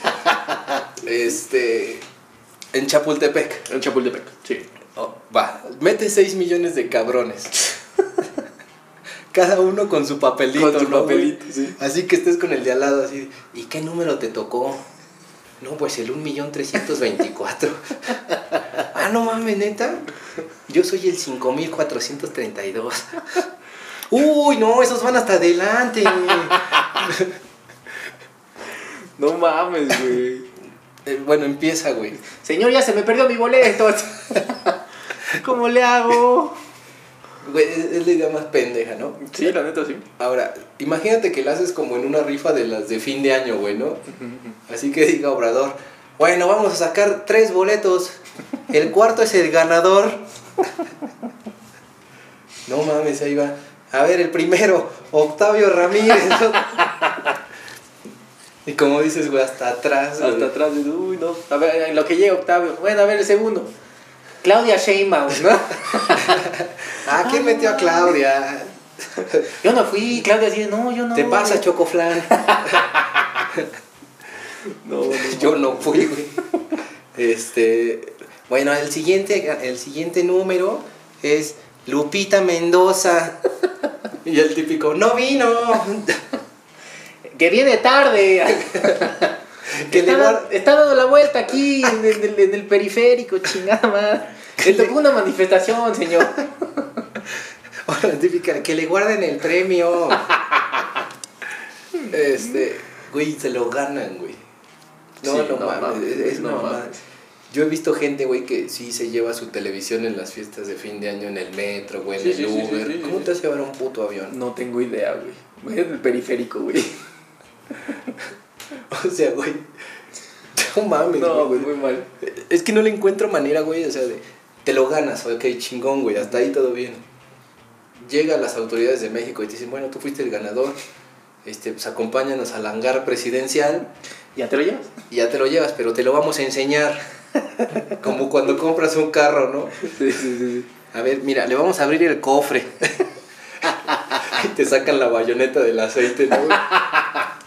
[LAUGHS] güey. Este. En Chapultepec. En Chapultepec, sí. Oh, va, mete 6 millones de cabrones. [LAUGHS] Cada uno con su papelito. Con su ¿no, güey? papelito, sí. Así que estés con el de al lado así. ¿Y qué número te tocó? [LAUGHS] No, pues el 1.324. ah, no mames, neta. Yo soy el 5432. [LAUGHS] Uy, no, esos van hasta [LAUGHS] adelante. No mames, güey. Eh, bueno, empieza, güey. Señor, ya se me perdió mi boleto. ¿Cómo le hago? Güey, es, es la idea más pendeja, ¿no? Sí, la neta, sí. Ahora, imagínate que la haces como en una rifa de las de fin de año, güey, ¿no? Así que diga Obrador, bueno, vamos a sacar tres boletos. El cuarto es el ganador. [LAUGHS] No mames, ahí va. A ver, el primero, Octavio Ramírez. [LAUGHS] y como dices, güey, hasta atrás. güey. Hasta atrás, dices, uy, no. A ver, en lo que llega Octavio. Bueno, a ver el segundo. Claudia Sheinbaum, ¿no? [LAUGHS] Ah, ¿quién metió a Claudia? Yo no fui, Claudia dice, no, yo no. Te pasa, Chocoflan. No, no. [LAUGHS] Yo no fui, güey. Este. Bueno, el siguiente, el siguiente número es Lupita Mendoza. Y el típico, no [LAUGHS] vino. Que viene tarde. Que le está, guar- está dando la vuelta aquí en el, en el- en el periférico, chingada madre. Le tocó una manifestación, señor. o la típica, que le guarden el premio. Este, güey, se lo ganan, güey. No, Sí, no, no mames, mames, es una no mamada. mames. Yo he visto gente, güey, que sí se lleva su televisión en las fiestas de fin de año en el metro, güey, en Sí, el sí, sí, sí, Uber. sí, sí, ¿Cómo sí. te vas a llevar a un puto avión? No tengo idea, güey. Voy en el periférico, güey. [LAUGHS] O sea, güey. No mames, [LAUGHS] No, güey. güey, muy mal. Es que no le encuentro manera, güey. O sea, de, te lo ganas, ok, chingón, güey. Hasta ahí todo bien. Llega las autoridades de México y te dicen, bueno, tú fuiste el ganador. Este, pues acompáñanos al hangar presidencial ¿Ya te lo llevas? y ya te lo llevas, pero te lo vamos a enseñar. [LAUGHS] Como cuando compras un carro, ¿no? Sí, sí, sí. A ver, mira, le vamos a abrir el cofre. Y te sacan la bayoneta del aceite, ¿no? güey?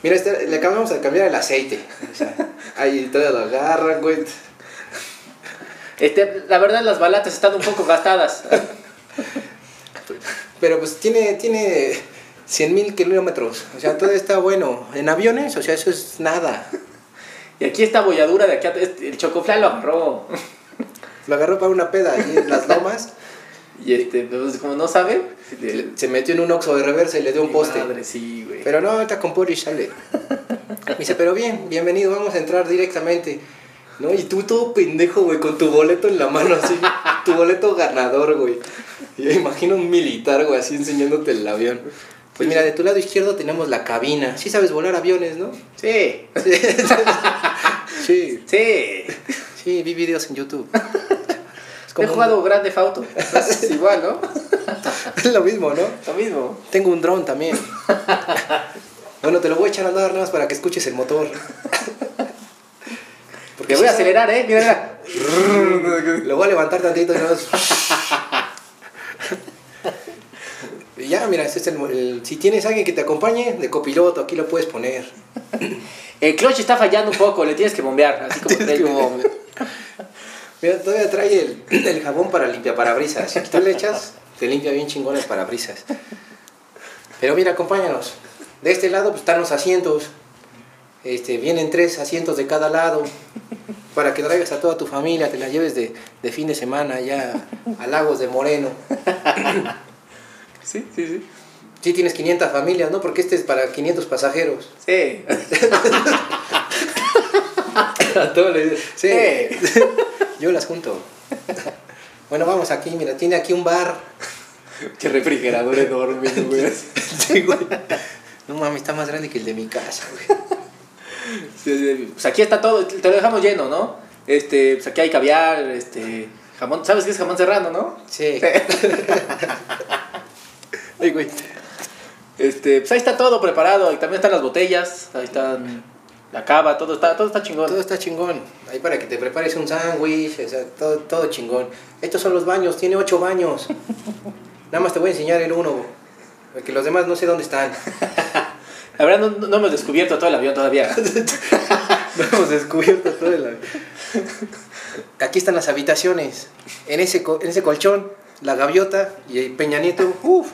Mira, este- le acabamos de cambiar el aceite. O sea, ahí todavía lo agarran, güey. Este, la verdad, las balatas están un poco gastadas. Pero pues tiene, tiene 100 mil kilómetros. O sea, todo está bueno. En aviones, o sea, eso es nada. Y aquí esta bolladura de acá, este, el chocoflan lo agarró. Lo agarró para una peda allí en las lomas. Y este, pues, como no sabe, le- Se metió en un oxo de reversa y le dio un poste. Madre, sí, güey. Pero no, ahorita con Poli sale. Me dice, pero bien, bienvenido, vamos a entrar directamente. ¿No? Y tú todo pendejo, güey, con tu boleto en la mano, así, tu boleto ganador, güey. Y Yo imagino un militar, güey, así enseñándote el avión. Pues mira, de tu lado izquierdo tenemos la cabina. Sí sabes volar aviones, ¿no? Sí, Sí. [LAUGHS] sí, sí. sí, vi videos en YouTube. Es He jugado Grande Fauto. Es igual, ¿no? Es [LAUGHS] lo mismo, ¿no? Lo mismo. Tengo un dron también. bueno, te lo voy a echar a andar nada más para que escuches el motor. Porque voy a acelerar, ¿eh? Mira, mira. Lo voy a levantar tantito y nada más. Y ya, mira, este es el, mo- el- Si tienes alguien que te acompañe, de copiloto, aquí lo puedes poner. El clutch está fallando un poco, le tienes que bombear. Así como Tienes que prende. bombear. Mira, todavía trae el, el [CLEARS THROAT] jabón para limpiaparabrisas. Si tú le echas, te limpia bien chingón el parabrisas. Pero mira, acompáñanos. De este lado pues, están los asientos. Este, vienen tres asientos de cada lado para que traigas a toda tu familia, te la lleves de, de fin de semana allá a Lagos de Moreno. Sí, sí, sí. Sí tienes 500 familias, ¿no? Porque este es para 500 pasajeros. Sí. [LAUGHS] Sí. [LAUGHS] Yo las junto. Bueno, vamos aquí, mira, tiene aquí un bar. Qué refrigerador enorme, güey. [LAUGHS] Sí, güey. No mames, está más grande que el de mi casa, güey. Pues aquí está todo, te lo dejamos lleno, ¿no? Este, pues aquí hay caviar, este, jamón. ¿Sabes qué es jamón serrano, no? [LAUGHS] Sí. Ay, güey. Este, pues ahí está todo preparado, y también están las botellas, ahí están la cava, todo está, todo está chingón. Todo está chingón. Ahí para que te prepares un sándwich, o sea, todo, todo chingón. Estos son los baños, tiene ocho baños. Nada más te voy a enseñar el uno, porque los demás no sé dónde [LAUGHS] están. La verdad no, no hemos descubierto todo el avión todavía. [LAUGHS] No hemos descubierto todo el avión. Aquí están las habitaciones. En ese, co- en ese colchón, la gaviota y el Peña Nieto. [LAUGHS] uf.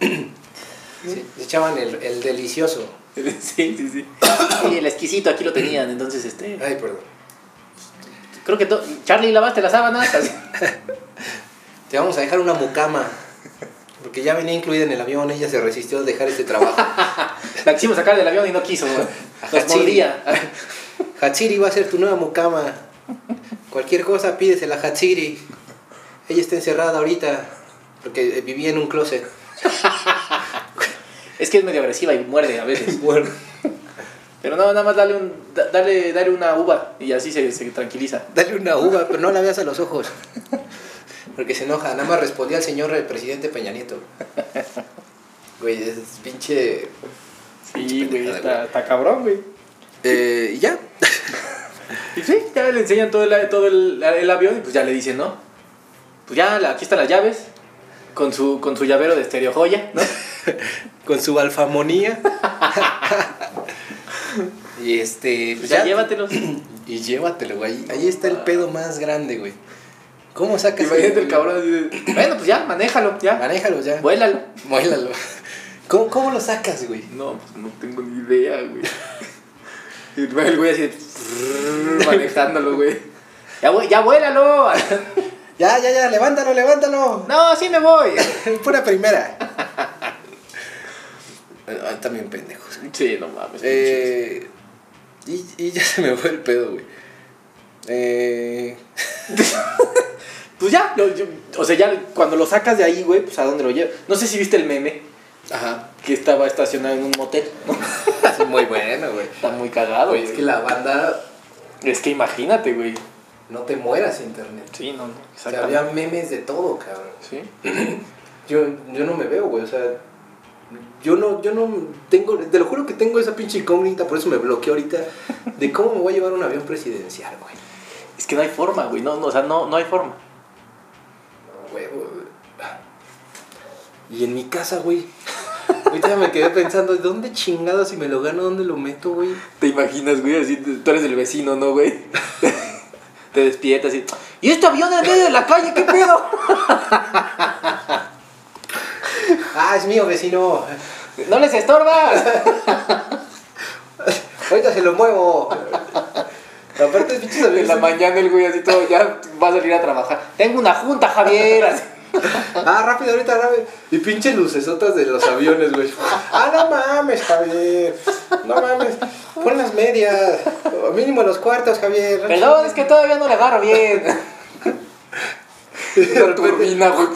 Se, se echaban el, el delicioso. sí, sí, sí. Y el exquisito aquí lo tenían, entonces este. Ay, perdón. Creo que to- Charlie lavaste las sábanas. Así. Te vamos a dejar una mucama. Porque ya venía incluida en el avión, ella se resistió a dejar este trabajo. La quisimos sacar del avión y no [LAUGHS] quiso. güey. Nos Hachiri. mordía. Hatsiri va a ser tu nueva mucama. Cualquier cosa pídesela a Hatsiri. Ella está encerrada ahorita porque eh, vivía en un closet. Es que es medio agresiva y muerde a veces. Bueno, Pero no, nada más dale, un, da- dale, dale una uva y así se, se tranquiliza. dale una uva, pero no la veas a los ojos. Porque se enoja. Nada más respondía al señor el presidente Peña Nieto. Güey, es pinche. Sí, güey, pendejada, está, está cabrón, güey. Eh, ya. Y sí, ya le enseñan todo, el, todo el, el avión y pues ya le dicen, ¿no? Pues ya, la- aquí están las llaves. Con su, con su llavero de estereo joya, ¿no? Con su alfamonía. [LAUGHS] y este. Pues ya, [CLEARS THROAT] llévatelos. Y llévatelo, güey. Ahí está el pedo más grande, güey. ¿Cómo sacas Imagínate el cabrón así de- bueno, pues ya, manéjalo, ya. Manéjalo ya. Vuélalo. Muélalo. ¿Cómo, cómo lo sacas, güey? No, pues no tengo ni Idea, [LAUGHS] güey. Y va el güey así [LAUGHS] de- manejándolo, güey. Ya, vu- ya vuélalo. [LAUGHS] Ya, ya, ya, levántalo, levántalo. [LAUGHS] No, sí me voy. Pura primera. Ah, También pendejos. Sí, no mames. Eh, y, y ya [LAUGHS] se me fue el pedo, güey. Eh, Pues ya, lo- yo- o sea, ya cuando lo sacas de ahí, güey, pues a dónde lo llevas. No sé si viste el meme ajá. que estaba estacionado en un motel. ¿no? Es muy bueno, [LAUGHS] güey. Está muy cagado, Güey, es que la banda es que imagínate, güey. no te mueras internet. Sí, no, no. O sea, había memes de todo, cabrón. Sí. Yo, yo no me veo, güey, o sea, yo no, yo no tengo, te lo juro que tengo esa pinche incógnita, por eso me bloqueé ahorita, de cómo me voy a llevar un avión presidencial, güey. Es que no hay forma, güey. No, no, o sea, no, no hay forma. No, güey, güey. Y en mi casa, güey. Ahorita me quedé pensando, ¿dónde chingado si me lo gano, dónde lo meto, güey? ¿Te imaginas, güey? Así, tú eres el vecino, ¿no, güey? [LAUGHS] Te despiertas y. ¿Y este avión en medio de la calle? ¿Qué pedo? [LAUGHS] Ah, es mío, vecino. ¡No les estorbas! [LAUGHS] Ahorita se lo muevo. Aparte, pinches En aviones. la mañana el güey así todo ya va a salir a trabajar. Tengo una junta, Javier. [LAUGHS] así. Ah, rápido, ahorita, rápido. Y pinches lucesotas de los aviones, güey. Ah, no mames, Javier. No mames. Pon las medias. O mínimo los cuartos, Javier. [LAUGHS] Perdón, es que todavía no le agarro [LAUGHS] bien. La turbina, güey.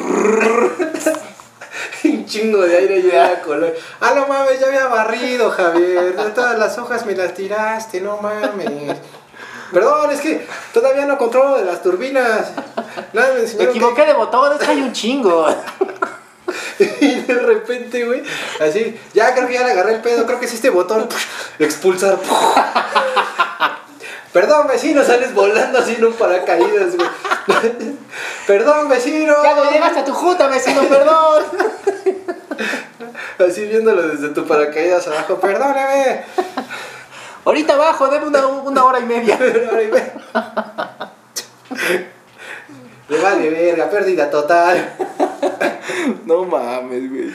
Un chingo de aire y era color. Ah, no mames, ya había barrido, Javier. De todas las hojas me las tiraste, no mames. Perdón, es que todavía no controlo de las turbinas. Nada, me Me enseñaron que- equivoqué de botón, es que hay [LAUGHS] un chingo. [LAUGHS] Y de repente, güey, así, ya creo que ya le agarré el pedo, creo que es este botón, expulsar. Perdón, vecino, sales volando así en un paracaídas, güey. [LAUGHS] Perdón, vecino. Ya no llegaste a tu junta, vecino, perdón. Así viéndolo desde tu paracaídas abajo, perdóname. Ahorita abajo, deme una, una hora y media. Perdóname. [LAUGHS] Le vale verga, pérdida total. No mames, güey.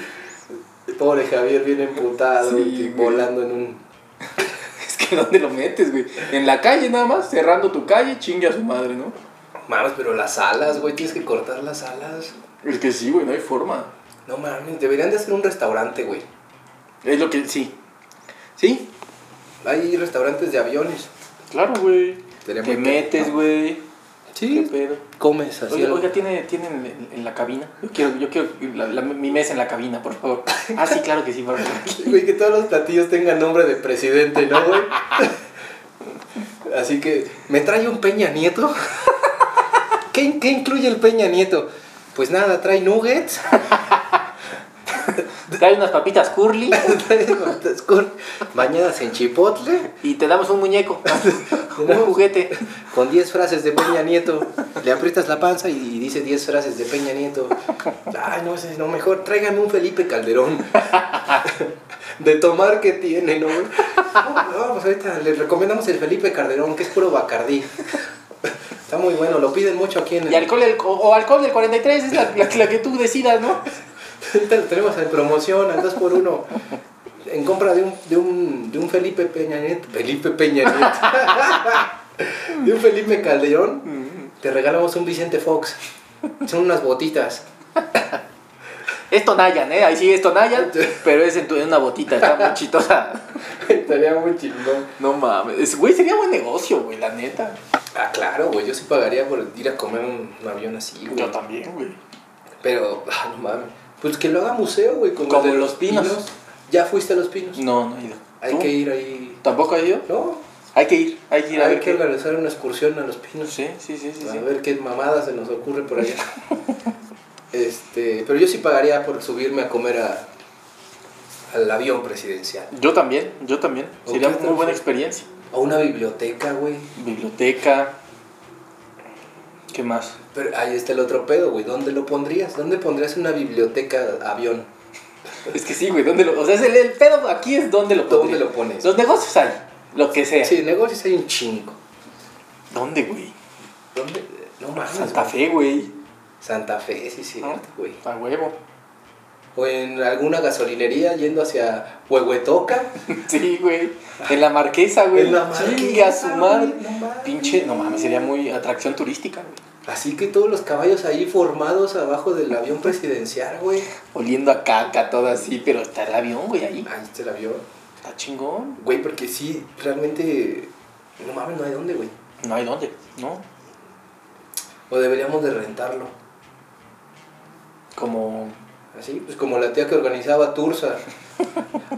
Pobre Javier, bien emputado, Sí, güey, güey. volando en un. Es que ¿dónde lo metes, güey? En la calle nada más, cerrando tu calle, chingue a su madre, ¿no? Mames, pero las alas, güey, tienes que cortar las alas. Es que sí, güey, no hay forma. No mames, deberían de hacer un restaurante, güey. Es lo que sí. ¿Sí? Hay restaurantes de aviones. Claro, güey. Estaría muy Te ah. metes, güey. ¿Qué pedo? pues, comes así. Oiga, algo. oiga, ¿tiene, tiene en, en- en la cabina? Yo quiero, yo quiero la- la- mi mesa en la cabina, por [LAUGHS] favor. Ah, sí, claro que sí, por favor. Güey, que todos los platillos tengan nombre de presidente, ¿no, güey? así que, ¿me trae un Peña Nieto? ¿Qué, in- qué incluye el Peña Nieto? Pues nada, trae nuggets, [LAUGHS] Trae unas papitas curly trae tortas con- bañadas en chipotle, y te damos un muñeco. [LAUGHS] Un juguete. con 10 frases de Peña Nieto. Le aprietas la panza y, y dice 10 frases de Peña Nieto. Ay, no, ese es lo mejor. Tráiganme un Felipe Calderón. [LAUGHS] De tomar que tiene, ¿no? güey? No, no, pues ahorita les recomendamos el Felipe Calderón, que es puro Bacardí. Está muy bueno, lo piden mucho aquí en Y el... alcohol del- o, o alcohol del 43 es la, la- la que tú decidas, ¿no? Ahorita lo tenemos en promoción, al 2x1. En compra de un, de un, de un Felipe Peña Nieto. Felipe Peña [LAUGHS] Mm. Nieto. De un Felipe Calderón, te regalamos un Vicente Fox. Son unas botitas. Es Tonayan, ¿eh? Ahí sí es Tonayan, pero es en, tu- en una botita, está muy chistosa. Estaría muy chingón. [LAUGHS] No mames. Es- Güey, sería buen negocio, güey, la neta. Ah, claro, güey. Yo sí pagaría por ir a comer un, un avión así, güey. también, güey. Pero, ah, no mames. Pues que lo haga museo, güey. Como, Como el de Los Pinos. ¿Ya fuiste a Los Pinos? No, no he ido. Hay ¿Tú? que ir ahí. ¿Tampoco has ido? No, Hay que ir, hay que ir a hay ver. que qué- organizar una excursión a Los Pinos. Sí, sí, sí, sí. a sí. ver qué mamadas se nos ocurre por [LAUGHS] allá. este, pero yo sí pagaría por subirme a comer a, al avión presidencial. Yo también, yo también. Ok, Sería muy buena perfecto. experiencia. A una biblioteca, güey. Biblioteca. ¿Qué más? Pero ahí está el otro pedo, güey. ¿Dónde lo pondrías? ¿Dónde pondrías una biblioteca avión? Es que sí, güey, ¿dónde lo.? O sea, es el, el pedo aquí es donde lo ¿Dónde pondría. lo pones? Los negocios hay, lo que sea. Sí, negocios hay un chingo. ¿Dónde, güey? ¿Dónde? No mames. Santa güey. Fe, güey. Santa Fe, sí, sí, ¿no? güey. A huevo. O en alguna gasolinería yendo hacia Huehuetoca. [LAUGHS] Sí, güey. En la marquesa, [LAUGHS] güey. En la Marquesa, Chinga su madre. güey, no mames. Pinche. No mames, sería muy atracción turística, güey. Así que todos los caballos ahí formados abajo del avión presidencial, güey. Oliendo a caca, todo así, pero está el avión, güey, ahí. Ahí está el avión. Está chingón. Güey, porque sí, realmente. No mames, no hay dónde, güey. No hay dónde, ¿no? O deberíamos de rentarlo. Como. Así, pues como la tía que organizaba tours a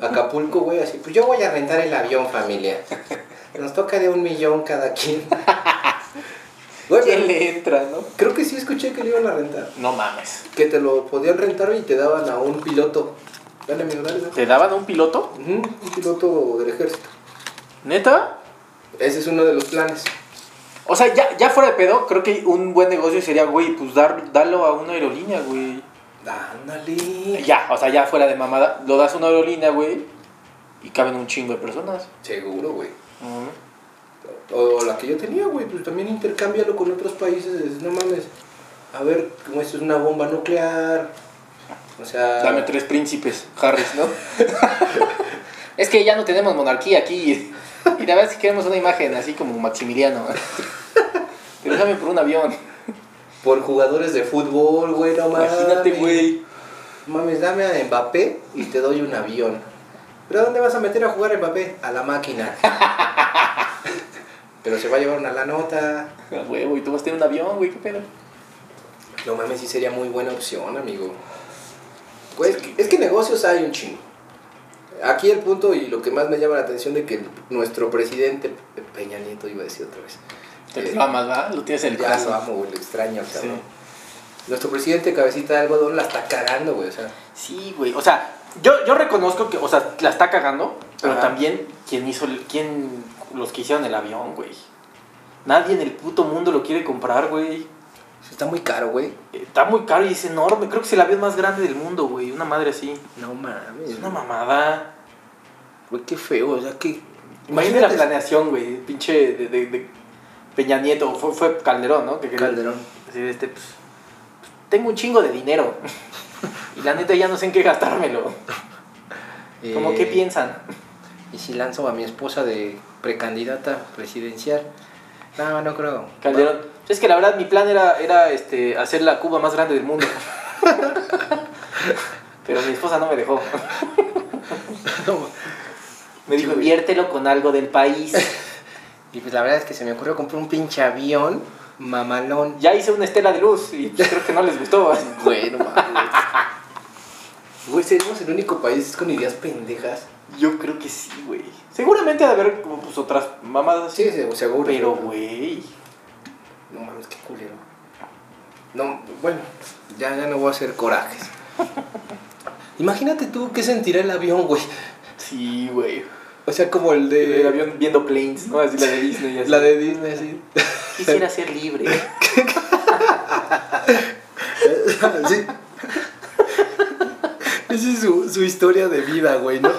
Acapulco, güey, así. Pues yo voy a rentar el avión, familia. Nos toca de un millón cada quien. Güey, ¿Quién pero le entra, no? creo que sí escuché que lo iban a rentar. No mames. Que te lo podían rentar y te daban a un piloto. Dale, amigo, dale, dale. ¿Te daban un piloto? Ujú, un piloto del ejército. ¿Neta? Ese es uno de los planes. O sea, ya, ya fuera de pedo, creo que un buen negocio sería, güey, pues dar, darlo a una aerolínea, güey. Ándale. Ya, o sea, ya fuera de mamada, lo das a una aerolínea, güey, y caben un chingo de personas. Seguro, güey. O la que yo tenía, güey, pues también intercámbialo con otros países, es, no mames. A ver, como esto es una bomba nuclear. O sea, Dame tres príncipes, Harris, ¿no? [LAUGHS] es que ya no tenemos monarquía aquí. Y la verdad es que queremos una imagen así como Maximiliano. Pero dame por un avión. por jugadores de fútbol, güey, no mames. Imagínate, güey. Mames, dame a Mbappé y te doy un avión. ¿Pero a dónde vas a meter a jugar a Mbappé? A la [LAUGHS] máquina. Pero se va a llevar una la nota. A huevo, y tú vas a tener un avión, güey, qué pedo. No mames, sí sería muy buena opción, amigo. Güey, es que- es que negocios hay un chingo. Aquí el punto y lo que más me llama la atención de que nuestro presidente Pe- Peña Nieto iba a decir otra vez. Te Eh, lo amas, ¿va? Lo tienes en el ya lo corazón. amo, güey, lo extraño, Sí. cabrón. Nuestro presidente Cabecita de Algodón la está cagando, güey. O sea, Sí, güey. O sea, yo, yo reconozco que, o sea, la está cagando, pero Ajá. también quien hizo, el- quién, los que hicieron el avión, güey. Nadie en el puto mundo lo quiere comprar, güey. está muy caro, güey. Está muy caro y es enorme. Creo que es el avión más grande del mundo, güey. Una madre así. No mames. Es una mamada. Güey, qué este feo, o sea, que. Imagínate la planeta planeación, güey. Pinche de, de- de Peña Nieto. Fue, fue Calderón, ¿no? Que quería- Calderón. Así de este, pues, pues, tengo un chingo de dinero. [LAUGHS] y la neta ya no sé en qué gastármelo. Como, Eh, ¿qué piensan? Y si lanzo a mi esposa de precandidata presidencial. No, no creo. Calderón. Pues Es que la verdad mi plan era, era este, hacer la Cuba más grande del [LAUGHS] mundo. Pero mi esposa no me dejó. Me dijo, inviértelo con algo del país. Y pues la verdad es que se me ocurrió comprar un pinche avión mamalón. Ya hice una estela de luz y pues, creo que no les gustó. Bueno, mames. Güey, seremos el único país con ideas pendejas. Yo creo que sí, güey. Seguramente ha de haber como, pues, otras mamadas. Sí, se- seguro. Pero, seguro. güey. No mames, qué culero. No, bueno, ya, ya no voy a hacer corajes. Imagínate tú qué sentirá el avión, güey. Sí, güey. O sea, como el de. El avión viendo planes, ¿no? Así la de Disney. así. La de Disney, sí. Quisiera ser libre. [LAUGHS] Sí. Esa es su, su historia de vida, güey, ¿no?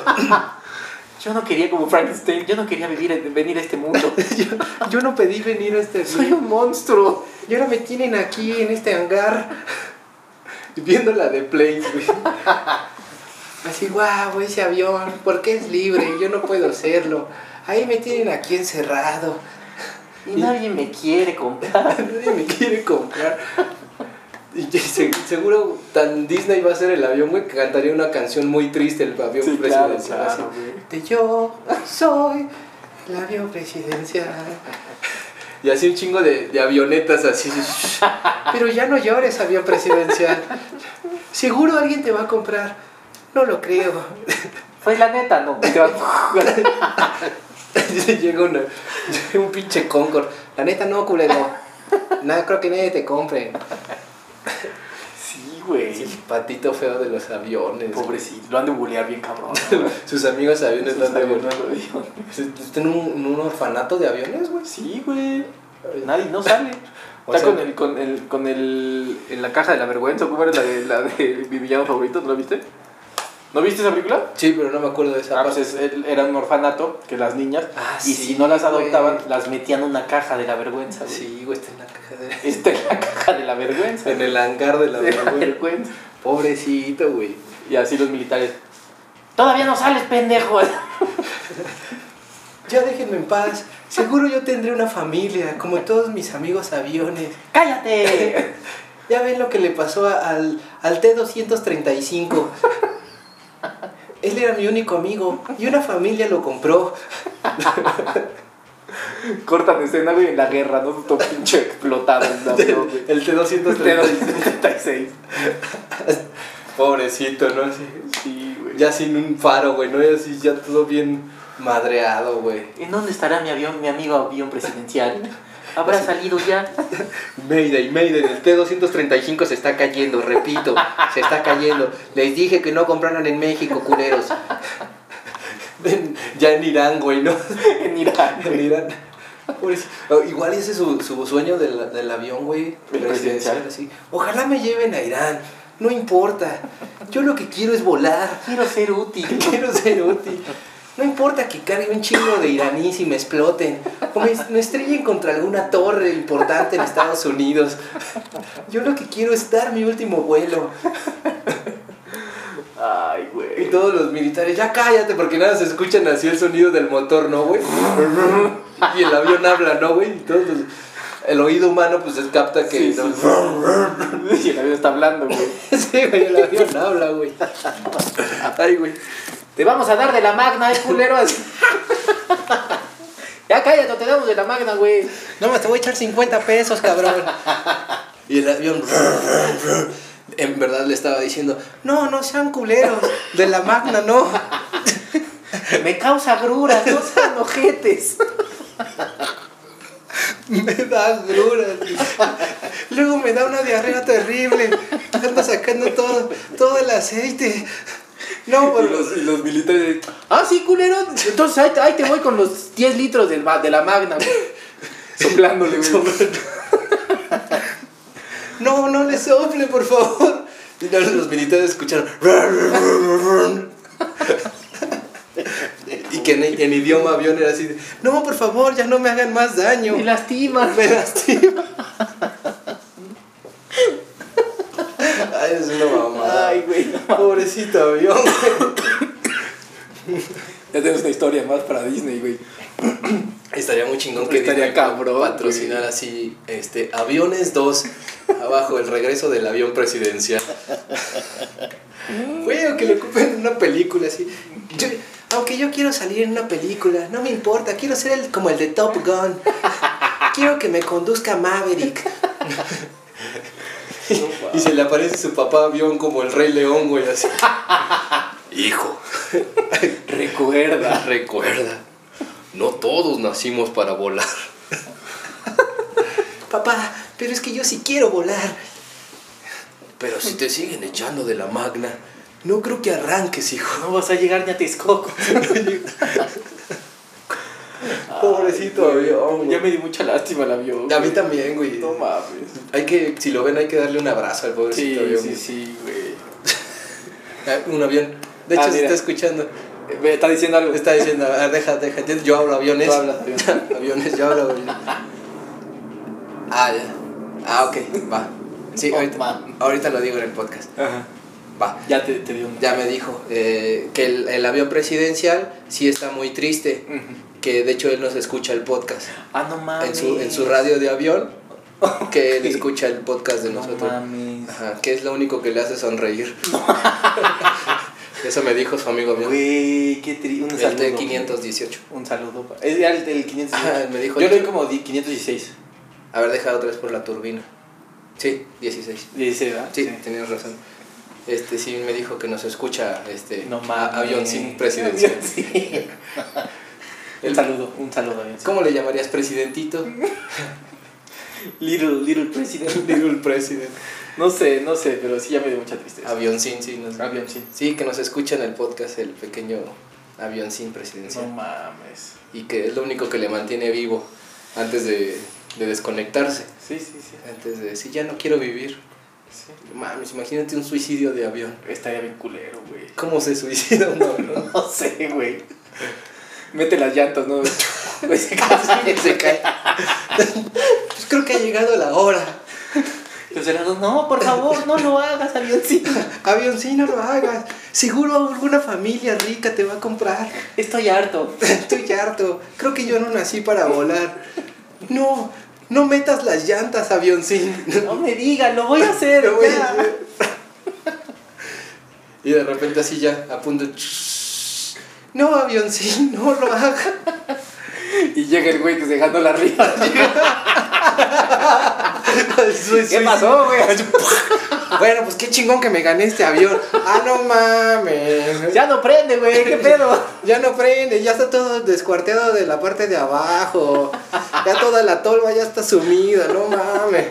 Yo no quería como Frankenstein. Yo no quería vivir, venir a este [LAUGHS] mundo. [LAUGHS] Yo, yo no pedí venir a este. Soy un monstruo. Y ahora me tienen aquí en este hangar. Viendo la de Planes, güey. Así, guau, ese avión, ¿por qué es libre? Yo no puedo serlo. Ahí me tienen aquí encerrado. Y nadie me quiere comprar. Nadie me quiere comprar. Y que se- seguro tan Disney va a ser el avión, güey, que cantaría una canción muy triste el avión Sí, claro, presidencial. así. claro, güey. De yo soy el avión presidencial. Y así un chingo de, de avionetas así. [LAUGHS] Pero ya no llores, avión presidencial. Seguro alguien te va a comprar. No lo creo. Pues la neta, no. Y te va- [LAUGHS] Llega una- [LAUGHS] llega un pinche Concord. La neta no, culero. Nada, creo que nadie te compre. [LAUGHS] sí, güey. El patito feo de los aviones. Pobrecito. Lo han de bulear bien cabrón. [LAUGHS] Sus amigos aviones Esos están de Pues, aviones no lo digo. ¿Está en un, en un orfanato de aviones, güey? Sí, güey. pues, Nadie no [LAUGHS] sale. O Está sea- con el, con el, con el, en la caja de la vergüenza, ¿cómo era la de, la de [LAUGHS] mi villano favorito? ¿No la viste? ¿No viste esa película? Sí, pero no me acuerdo de esa Ah, parte. pues es- él- era un orfanato que las niñas, Ah, y sí, si no las adoptaban, güey. las metían en una caja de la vergüenza. güey. Sí, güey, está en la caja de... Esta es la caja de la vergüenza. En el hangar de la De la vergüenza. vergüenza. Pobrecito, güey. Y así los militares. Todavía no sales, [LAUGHS] pendejo. Ya déjenme en paz. Seguro yo tendré una familia, como todos mis amigos aviones. Cállate. Ya ven lo que le pasó a- al, al T-235. Él era mi único amigo y una familia lo compró. Cortan escena, güey, en la guerra, ¿no? Todo pinche [LAUGHS] explotado en avión, güey. El T-235. T-76. Pobrecito, ¿no? Así, Sí, güey. ya sin un faro, güey, ¿no? Y así ya todo bien madreado, güey. ¿En dónde estará mi avión, mi amigo avión presidencial? ¿Habrá salido ya? Mayday, Mayday, el T-235 se está cayendo, repito, se está cayendo. Les dije que no compraran en México, culeros. En- ya en Irán, güey, ¿no? [LAUGHS] en Irán. En Irán. Pobrecito. Oh, Igual ese es su, su sueño del, del avión, güey. El presidencial. así. Ojalá me lleven a Irán, no importa. Yo lo que quiero es volar. Quiero ser útil. [LAUGHS] Quiero ser útil. No importa que cargue un chingo de iraníes y me exploten. O me, me estrellen contra alguna torre importante en Estados Unidos. Yo lo que quiero es dar mi último vuelo. Ay, Y güey. todos los militares, ya cállate, porque nada se escuchan así el sonido del motor, ¿no, güey? Y el avión habla, ¿no, güey? Y todos los- El oído humano pues capta que... Sí, no- sí, sí. [LAUGHS] Y el avión está hablando, güey. [LAUGHS] Sí, güey, el avión habla, güey. Ay, güey. Te vamos a dar de la magna, eh, culero. [LAUGHS] ya cállate, o te damos de la magna, güey. No, más te voy a echar 50 pesos, cabrón. [LAUGHS] y el avión. [LAUGHS] En verdad le estaba diciendo, no, no sean culeros, de la magna no. [LAUGHS] Me causa agruras, no sean ojetes. Me da agruras. [LAUGHS] Luego me da una diarrea terrible. Ando sacando todo, todo el aceite. No, por Y los, y los militares. Ah, sí, culero. Entonces ahí, ahí te voy con los 10 litros del ma- de la magna, güey. [LAUGHS] Soplándole, güey. [LAUGHS] [LAUGHS] No, no le sople, por favor. Y no, los militares escucharon. [LAUGHS] y que en, en idioma avión era así. de, No, por favor, ya no me hagan más daño. Me [LAUGHS] lastimas. Me [LAUGHS] lastima. Ay, es una mamada. Ay, güey. Pobrecito avión. Ya tenemos una historia más para Disney, güey. Estaría muy chingón que Estaría Disney cabrón, patrocinar güey. así este aviones 2 abajo el regreso del avión presidencial. Mm. Güey, o que lo ocupen en una película así. Yo- aunque yo quiero salir en una película, no me importa, quiero ser el, como el de Top Gun. Quiero que me conduzca Maverick. y se le aparece su papá avión como el Rey León, güey, [LAUGHS] así. Hijo. Recuerda. [LAUGHS] Recuerda, no todos nacimos para volar. [LAUGHS] Papá, pero es que yo sí quiero volar. Pero si te siguen echando de la magna, no creo que arranques, [LAUGHS] hijo. No vas a llegar ni a [LAUGHS] Texcoco. Pobrecito avión. Ya me di mucha lástima el avión. A mí güey. también, güey. No mames. Hay que, si lo ven, hay que darle un abrazo al pobrecito Sí, avión. sí, sí, güey. Ah, Un avión. De Ah, hecho, se mira. está escuchando. Eh, ve, Está diciendo algo. Está diciendo, a ver, deja, deja. Yo hablo aviones. Tú hablas aviones. [LAUGHS] aviones, yo hablo aviones. Ah, ya. Ah, ok, va. Sí, Oh, ahorita, man. ahorita lo digo en el podcast. Ajá. Va. Ya te, te di un. Ya me dijo eh, que el, el avión presidencial sí está muy triste. Que de hecho él nos escucha el podcast. Ah, no mames. En su, en su radio de avión que él escucha el podcast de nosotros. mames. Ajá, que es lo único que le hace [LAUGHS] sonreír. Eso me dijo su amigo mío. Güey, qué tri... Un El saludo. de 518. Un saludo. pa- Es ya el del 516. Ah, me dijo- Yo le doy como di- 516. A ver, deja otra vez por la turbina. Sí, 16. Dice, ¿verdad? Sí, tenías razón. Este sí me dijo que nos escucha este No mames. a- avioncín [LAUGHS] presidencial. Sí. Un saludo, un saludo. avioncín. ¿Cómo le llamarías [LAUGHS] presidentito? Little, little president. Little president. No sé, no sé, pero sí ya me dio mucha tristeza. Avioncín, sí, nos Avioncín. Sí, que nos escucha en el podcast el pequeño avioncín No presidencial. mames. Y que es lo único que le mantiene vivo antes de, de desconectarse. Sí, sí, sí. Antes de decir, ya no quiero vivir. sí. Mames, imagínate un suicidio de avión. Estaría bien culero, güey. ¿Cómo se suicida un avión? [LAUGHS] No sé, güey. Mete las llantas, [LAUGHS] ¿no? se cae. se cae. pues creo que ha llegado la hora. Los helados, no, por favor, no lo hagas, [LAUGHS] avioncito. Avioncín, no lo hagas. Seguro alguna familia rica te va a comprar. [LAUGHS] Estoy harto. Estoy harto. Creo que yo no nací para volar. No, no metas las llantas, avioncín. No me digan, lo voy a [LAUGHS] hacer. Lo voy a ya. hacer. Y de repente así ya, a punto. No, avioncín, no lo hagas. Y llega el güey que se ganó la rifa. ¿Qué pasó, güey? Bueno, pues qué chingón que me gané este avión. Ah, no mames. Ya no prende, güey, qué [LAUGHS] pedo. Ya no prende, ya está todo descuarteado de la parte de abajo. Ya toda la tolva ya está sumida, no mames.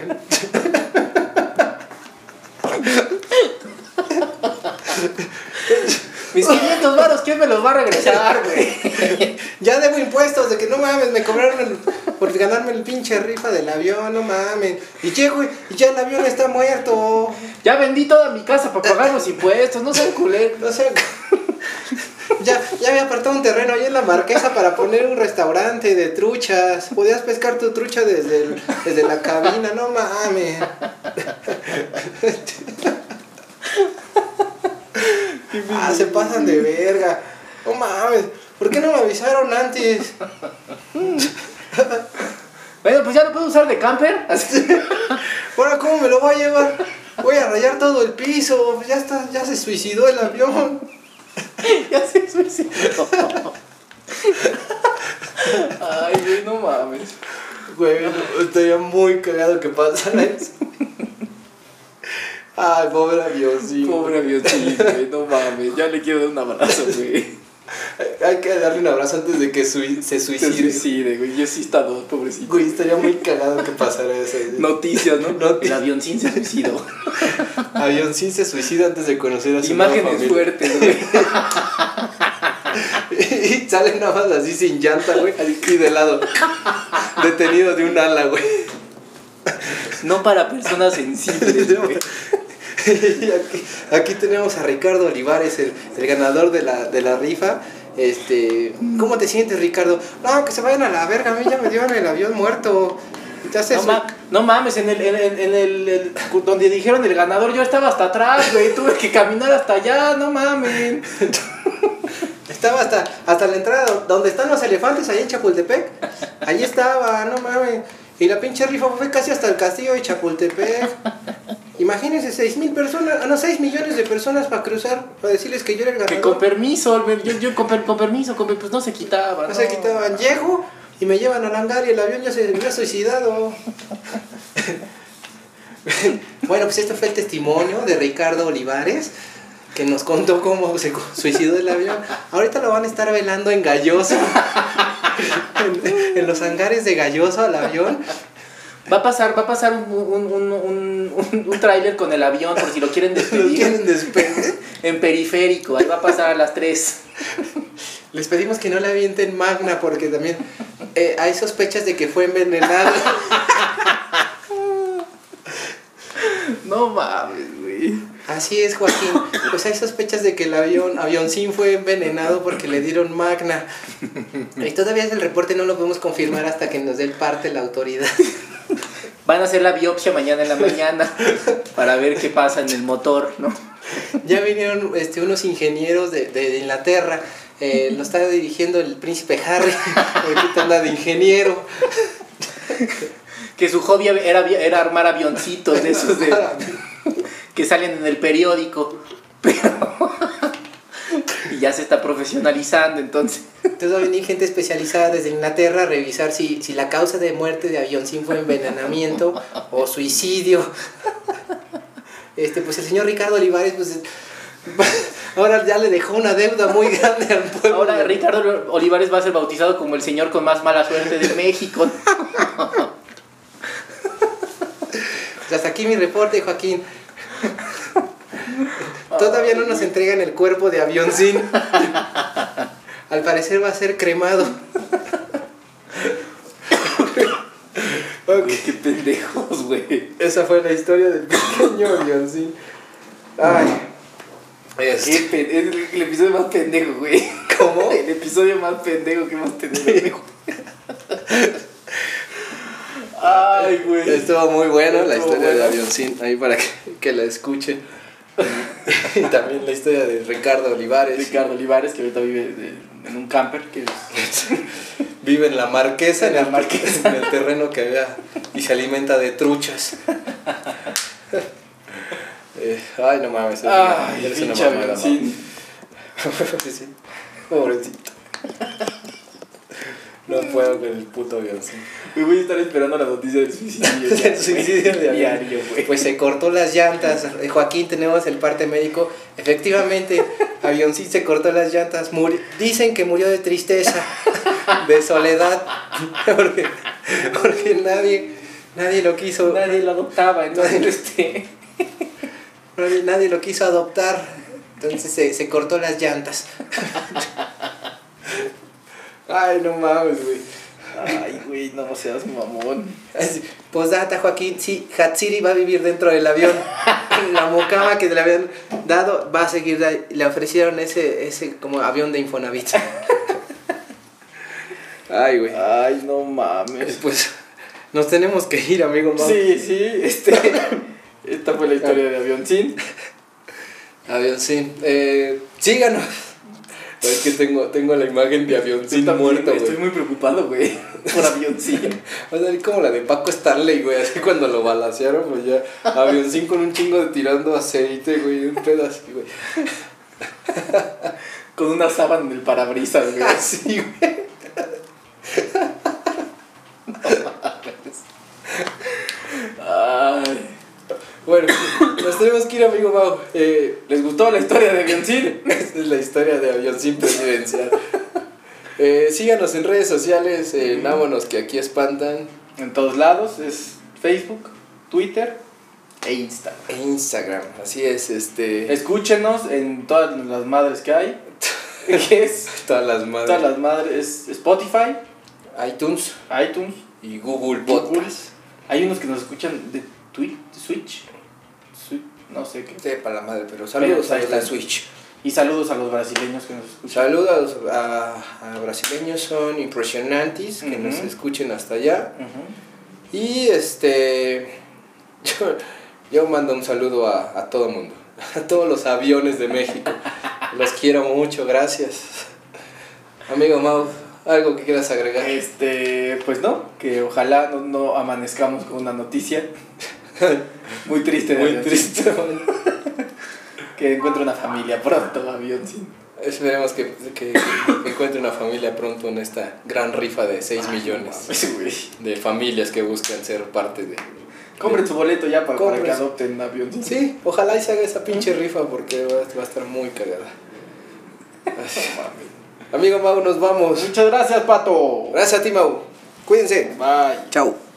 Mis 500 varos, ¿quién me los va a regresar, güey? Ya debo impuestos de que no mames, me cobraron el- por ganarme el pinche rifa del avión, no mames. Y llego y y ya el avión está muerto. Ya vendí toda mi casa para pagar los impuestos, no sean culeros. No sé. [LAUGHS] Ya, ya había apartado un terreno ahí en la marquesa para poner un restaurante de truchas. Podías pescar tu trucha desde, el- desde la cabina, no mames. Ah, se pasan de verga. No mames. ¿Por qué no me avisaron antes? Bueno, pues ya lo puedo usar de camper. [LAUGHS] Así. Ahora, ¿cómo me lo voy a llevar? Voy a rayar todo el piso. Ya está, ya se suicidó el avión. Ya se suicidó. Ay, güey, no mames. Güey, estaría muy cagado que pasara eso. Ay, pobre avioncito. Pobre avioncín, güey. No mames. Ya le quiero dar un abrazo, güey. Hay que darle un abrazo antes de que sui- Se se [LAUGHS] suicide. suicide, güey. Yo sí está dos, pobrecito. Güey, estaría muy cagado que pasara eso. Noticias, ¿no? El avioncín se suicidó. Avioncín se suicida antes de conocer a su nueva Imágenes familia. fuertes, güey. [LAUGHS] y sale nada más así sin llanta, güey. Y de lado. Detenido de un ala, güey. No para personas [LAUGHS] sensibles, güey. [LAUGHS] Y aquí, aquí tenemos a Ricardo Olivares, el, el ganador de la, de la rifa. Este, ¿Cómo te sientes, Ricardo? No, que se vayan a la verga, a mí ya me dieron el avión muerto. Ya se No, sui- ma- no mames, en el, en, el- en el- el- donde dijeron el ganador, yo estaba hasta atrás, güey. Tuve que caminar hasta allá, no mames. Estaba hasta, hasta la entrada do- donde están los elefantes, ahí en Chapultepec. Allí estaba, no mames. Y la pinche rifa fue casi hasta el castillo de Chapultepec. Imagínense, 6 mil personas, ah, no, 6 millones de personas para cruzar, para decirles que yo era el Que con ganador. permiso, Albert, yo, yo con, per- con permiso, con per- pues no se quitaba. No se quitaban, llego y me llevan al hangar y el avión ya se hubiera suicidado. [LAUGHS] bueno, pues este fue el testimonio de Ricardo Olivares, que nos contó cómo se cu- suicidó el avión. Ahorita lo van a estar velando en Galloso, [LAUGHS] en, en los hangares de Galloso al avión. Va a pasar, va a pasar un, un, un, un, un- un tráiler con el avión por si lo quieren Lo despedir. quieren despedir. En periférico, ahí va a pasar a las 3. Les pedimos que no le avienten magna porque también eh, hay sospechas de que fue envenenado. No mames, güey. Así es, Joaquín. Pues hay sospechas de que el avión, avioncín fue envenenado porque le dieron magna. Y todavía el reporte no lo podemos confirmar hasta que nos dé el parte la autoridad. [LAUGHS] Van a hacer la biopsia mañana en la mañana para ver qué pasa en el motor, ¿no? Ya vinieron este, unos ingenieros de, de- de Inglaterra. Eh, lo está [LAUGHS] dirigiendo el príncipe Harry. Ahorita anda de ingeniero. que su hobby era, avi- era armar avioncitos de esos de, que salen en el periódico. [LAUGHS] Pero, y ya se está profesionalizando, entonces. Entonces va a venir gente especializada desde Inglaterra a revisar si, si la causa de muerte de Avioncín fue envenenamiento o suicidio. Este, pues el señor Ricardo Olivares, pues ahora ya le dejó una deuda muy grande al pueblo. Ahora Ricardo Olivares va a ser bautizado como el señor con más mala suerte de México. Pues hasta aquí mi reporte, Joaquín. Todavía no nos entregan el cuerpo de Avioncín. Al parecer va a ser cremado. [LAUGHS] Qué pendejos, güey. Esa fue la historia [LAUGHS] del pequeño Avioncín. Ay. Qué pen- Es el episodio más pendejo, güey. ¿Cómo? El episodio más pendejo que hemos tenido. Ay, güey. Estuvo muy bueno la Estuvo historia de bueno. Avioncín, ahí para que, que la escuchen. y también la historia de Ricardo Olivares. Ricardo Olivares, que ahorita vive de- en un camper. Que es- Vive en la marquesa, en, el, en el terreno que había y se alimenta de truchas. Eh, ay, no mames. eres una- Ay, eres una pinche mamada, avioncín. mamá. [LAUGHS] Sí, Pobrecito. No puedo con el puto avioncín. Me voy a estar esperando la noticia del [LAUGHS] suicidio. El suicidio de [LAUGHS] avión. diario, güey. Pues se cortó las llantas. Eh, Joaquín, tenemos el parte médico. Efectivamente, Avioncín se cortó las llantas. Muri- Dicen que murió de tristeza, de soledad, porque, porque nadie, nadie lo quiso. Nadie lo adoptaba, entonces este. Nadie, nadie lo quiso adoptar. Entonces se, se cortó las llantas. Ay, no mames, güey. Ay, güey, no seas mamón. Así, Posdata, Joaquín, sí, Hatsiri va a vivir dentro del [LAUGHS] avión. La mocama que le habían dado va a seguir, ahí. le ofrecieron ese, ese como avión de [LAUGHS] Infonavit. Ay, güey. Ay, no mames. Pues nos tenemos que ir, amigo. Mau. Sí, sí, este. Esta fue la historia de Avioncín. Avioncín. Eh, síganos. Es que tengo, tengo la imagen de avioncín Yo también, muerto, güey, güey. Estoy muy preocupado, güey. [LAUGHS] Por Avioncín. Va a salir como la de Paco Stanley, güey. Así cuando lo balacearon, pues [LAUGHS] ya. Avioncín con un chingo de tirando aceite, güey. Un pedo así, güey. Con una sábana en el parabrisas, [LAUGHS] [LAUGHS] güey. Así, güey. Ay. Bueno, [COUGHS] nos tenemos que ir, amigo Mau. Eh, ¿Les gustó la historia de Avioncín? [LAUGHS] esta es la historia de avioncín [LAUGHS] presidencial. Eh, síganos en redes sociales. Eh, Námonos que aquí espantan. En todos lados, es Facebook, Twitter e Instagram. E Instagram. Así es, este. Escúchenos en todas las madres [LAUGHS] que hay. Que es todas las madres. todas las madres, es Spotify, iTunes iTunes, y Google Google. Podcast. Hay unos que nos escuchan de Twitch, Switch, Swi- no sé qué. Sí, para la madre, pero saludos Pero a ahí los de está. Switch. Y saludos a los brasileños que nos escuchan. Saludos a, a brasileños, son impresionantes, que nos Ujú. escuchen hasta allá. Ujú. Y este, [LAUGHS] yo, yo mando un saludo a, a todo mundo, [LAUGHS] a todos los aviones de México. Los quiero mucho, gracias. Amigo Mau, algo que quieras agregar. Este, pues no, que ojalá no, no amanezcamos con [LAUGHS] una noticia muy triste. de Muy Avioncín. triste. [LAUGHS] Que encuentre una familia pronto, Avioncín. Esperemos que, que encuentre una familia pronto en esta gran rifa de 6 millones. Mames, güey. de familias que buscan ser parte de. Compren su boleto ya para, para que Compren su- adopten un avión. Sí, ojalá y se haga esa pinche rifa porque va, va a estar muy cagada. Amigo Mau, nos vamos. Muchas gracias, Pato. Gracias a ti, Mau. Cuídense. Bye. Chao.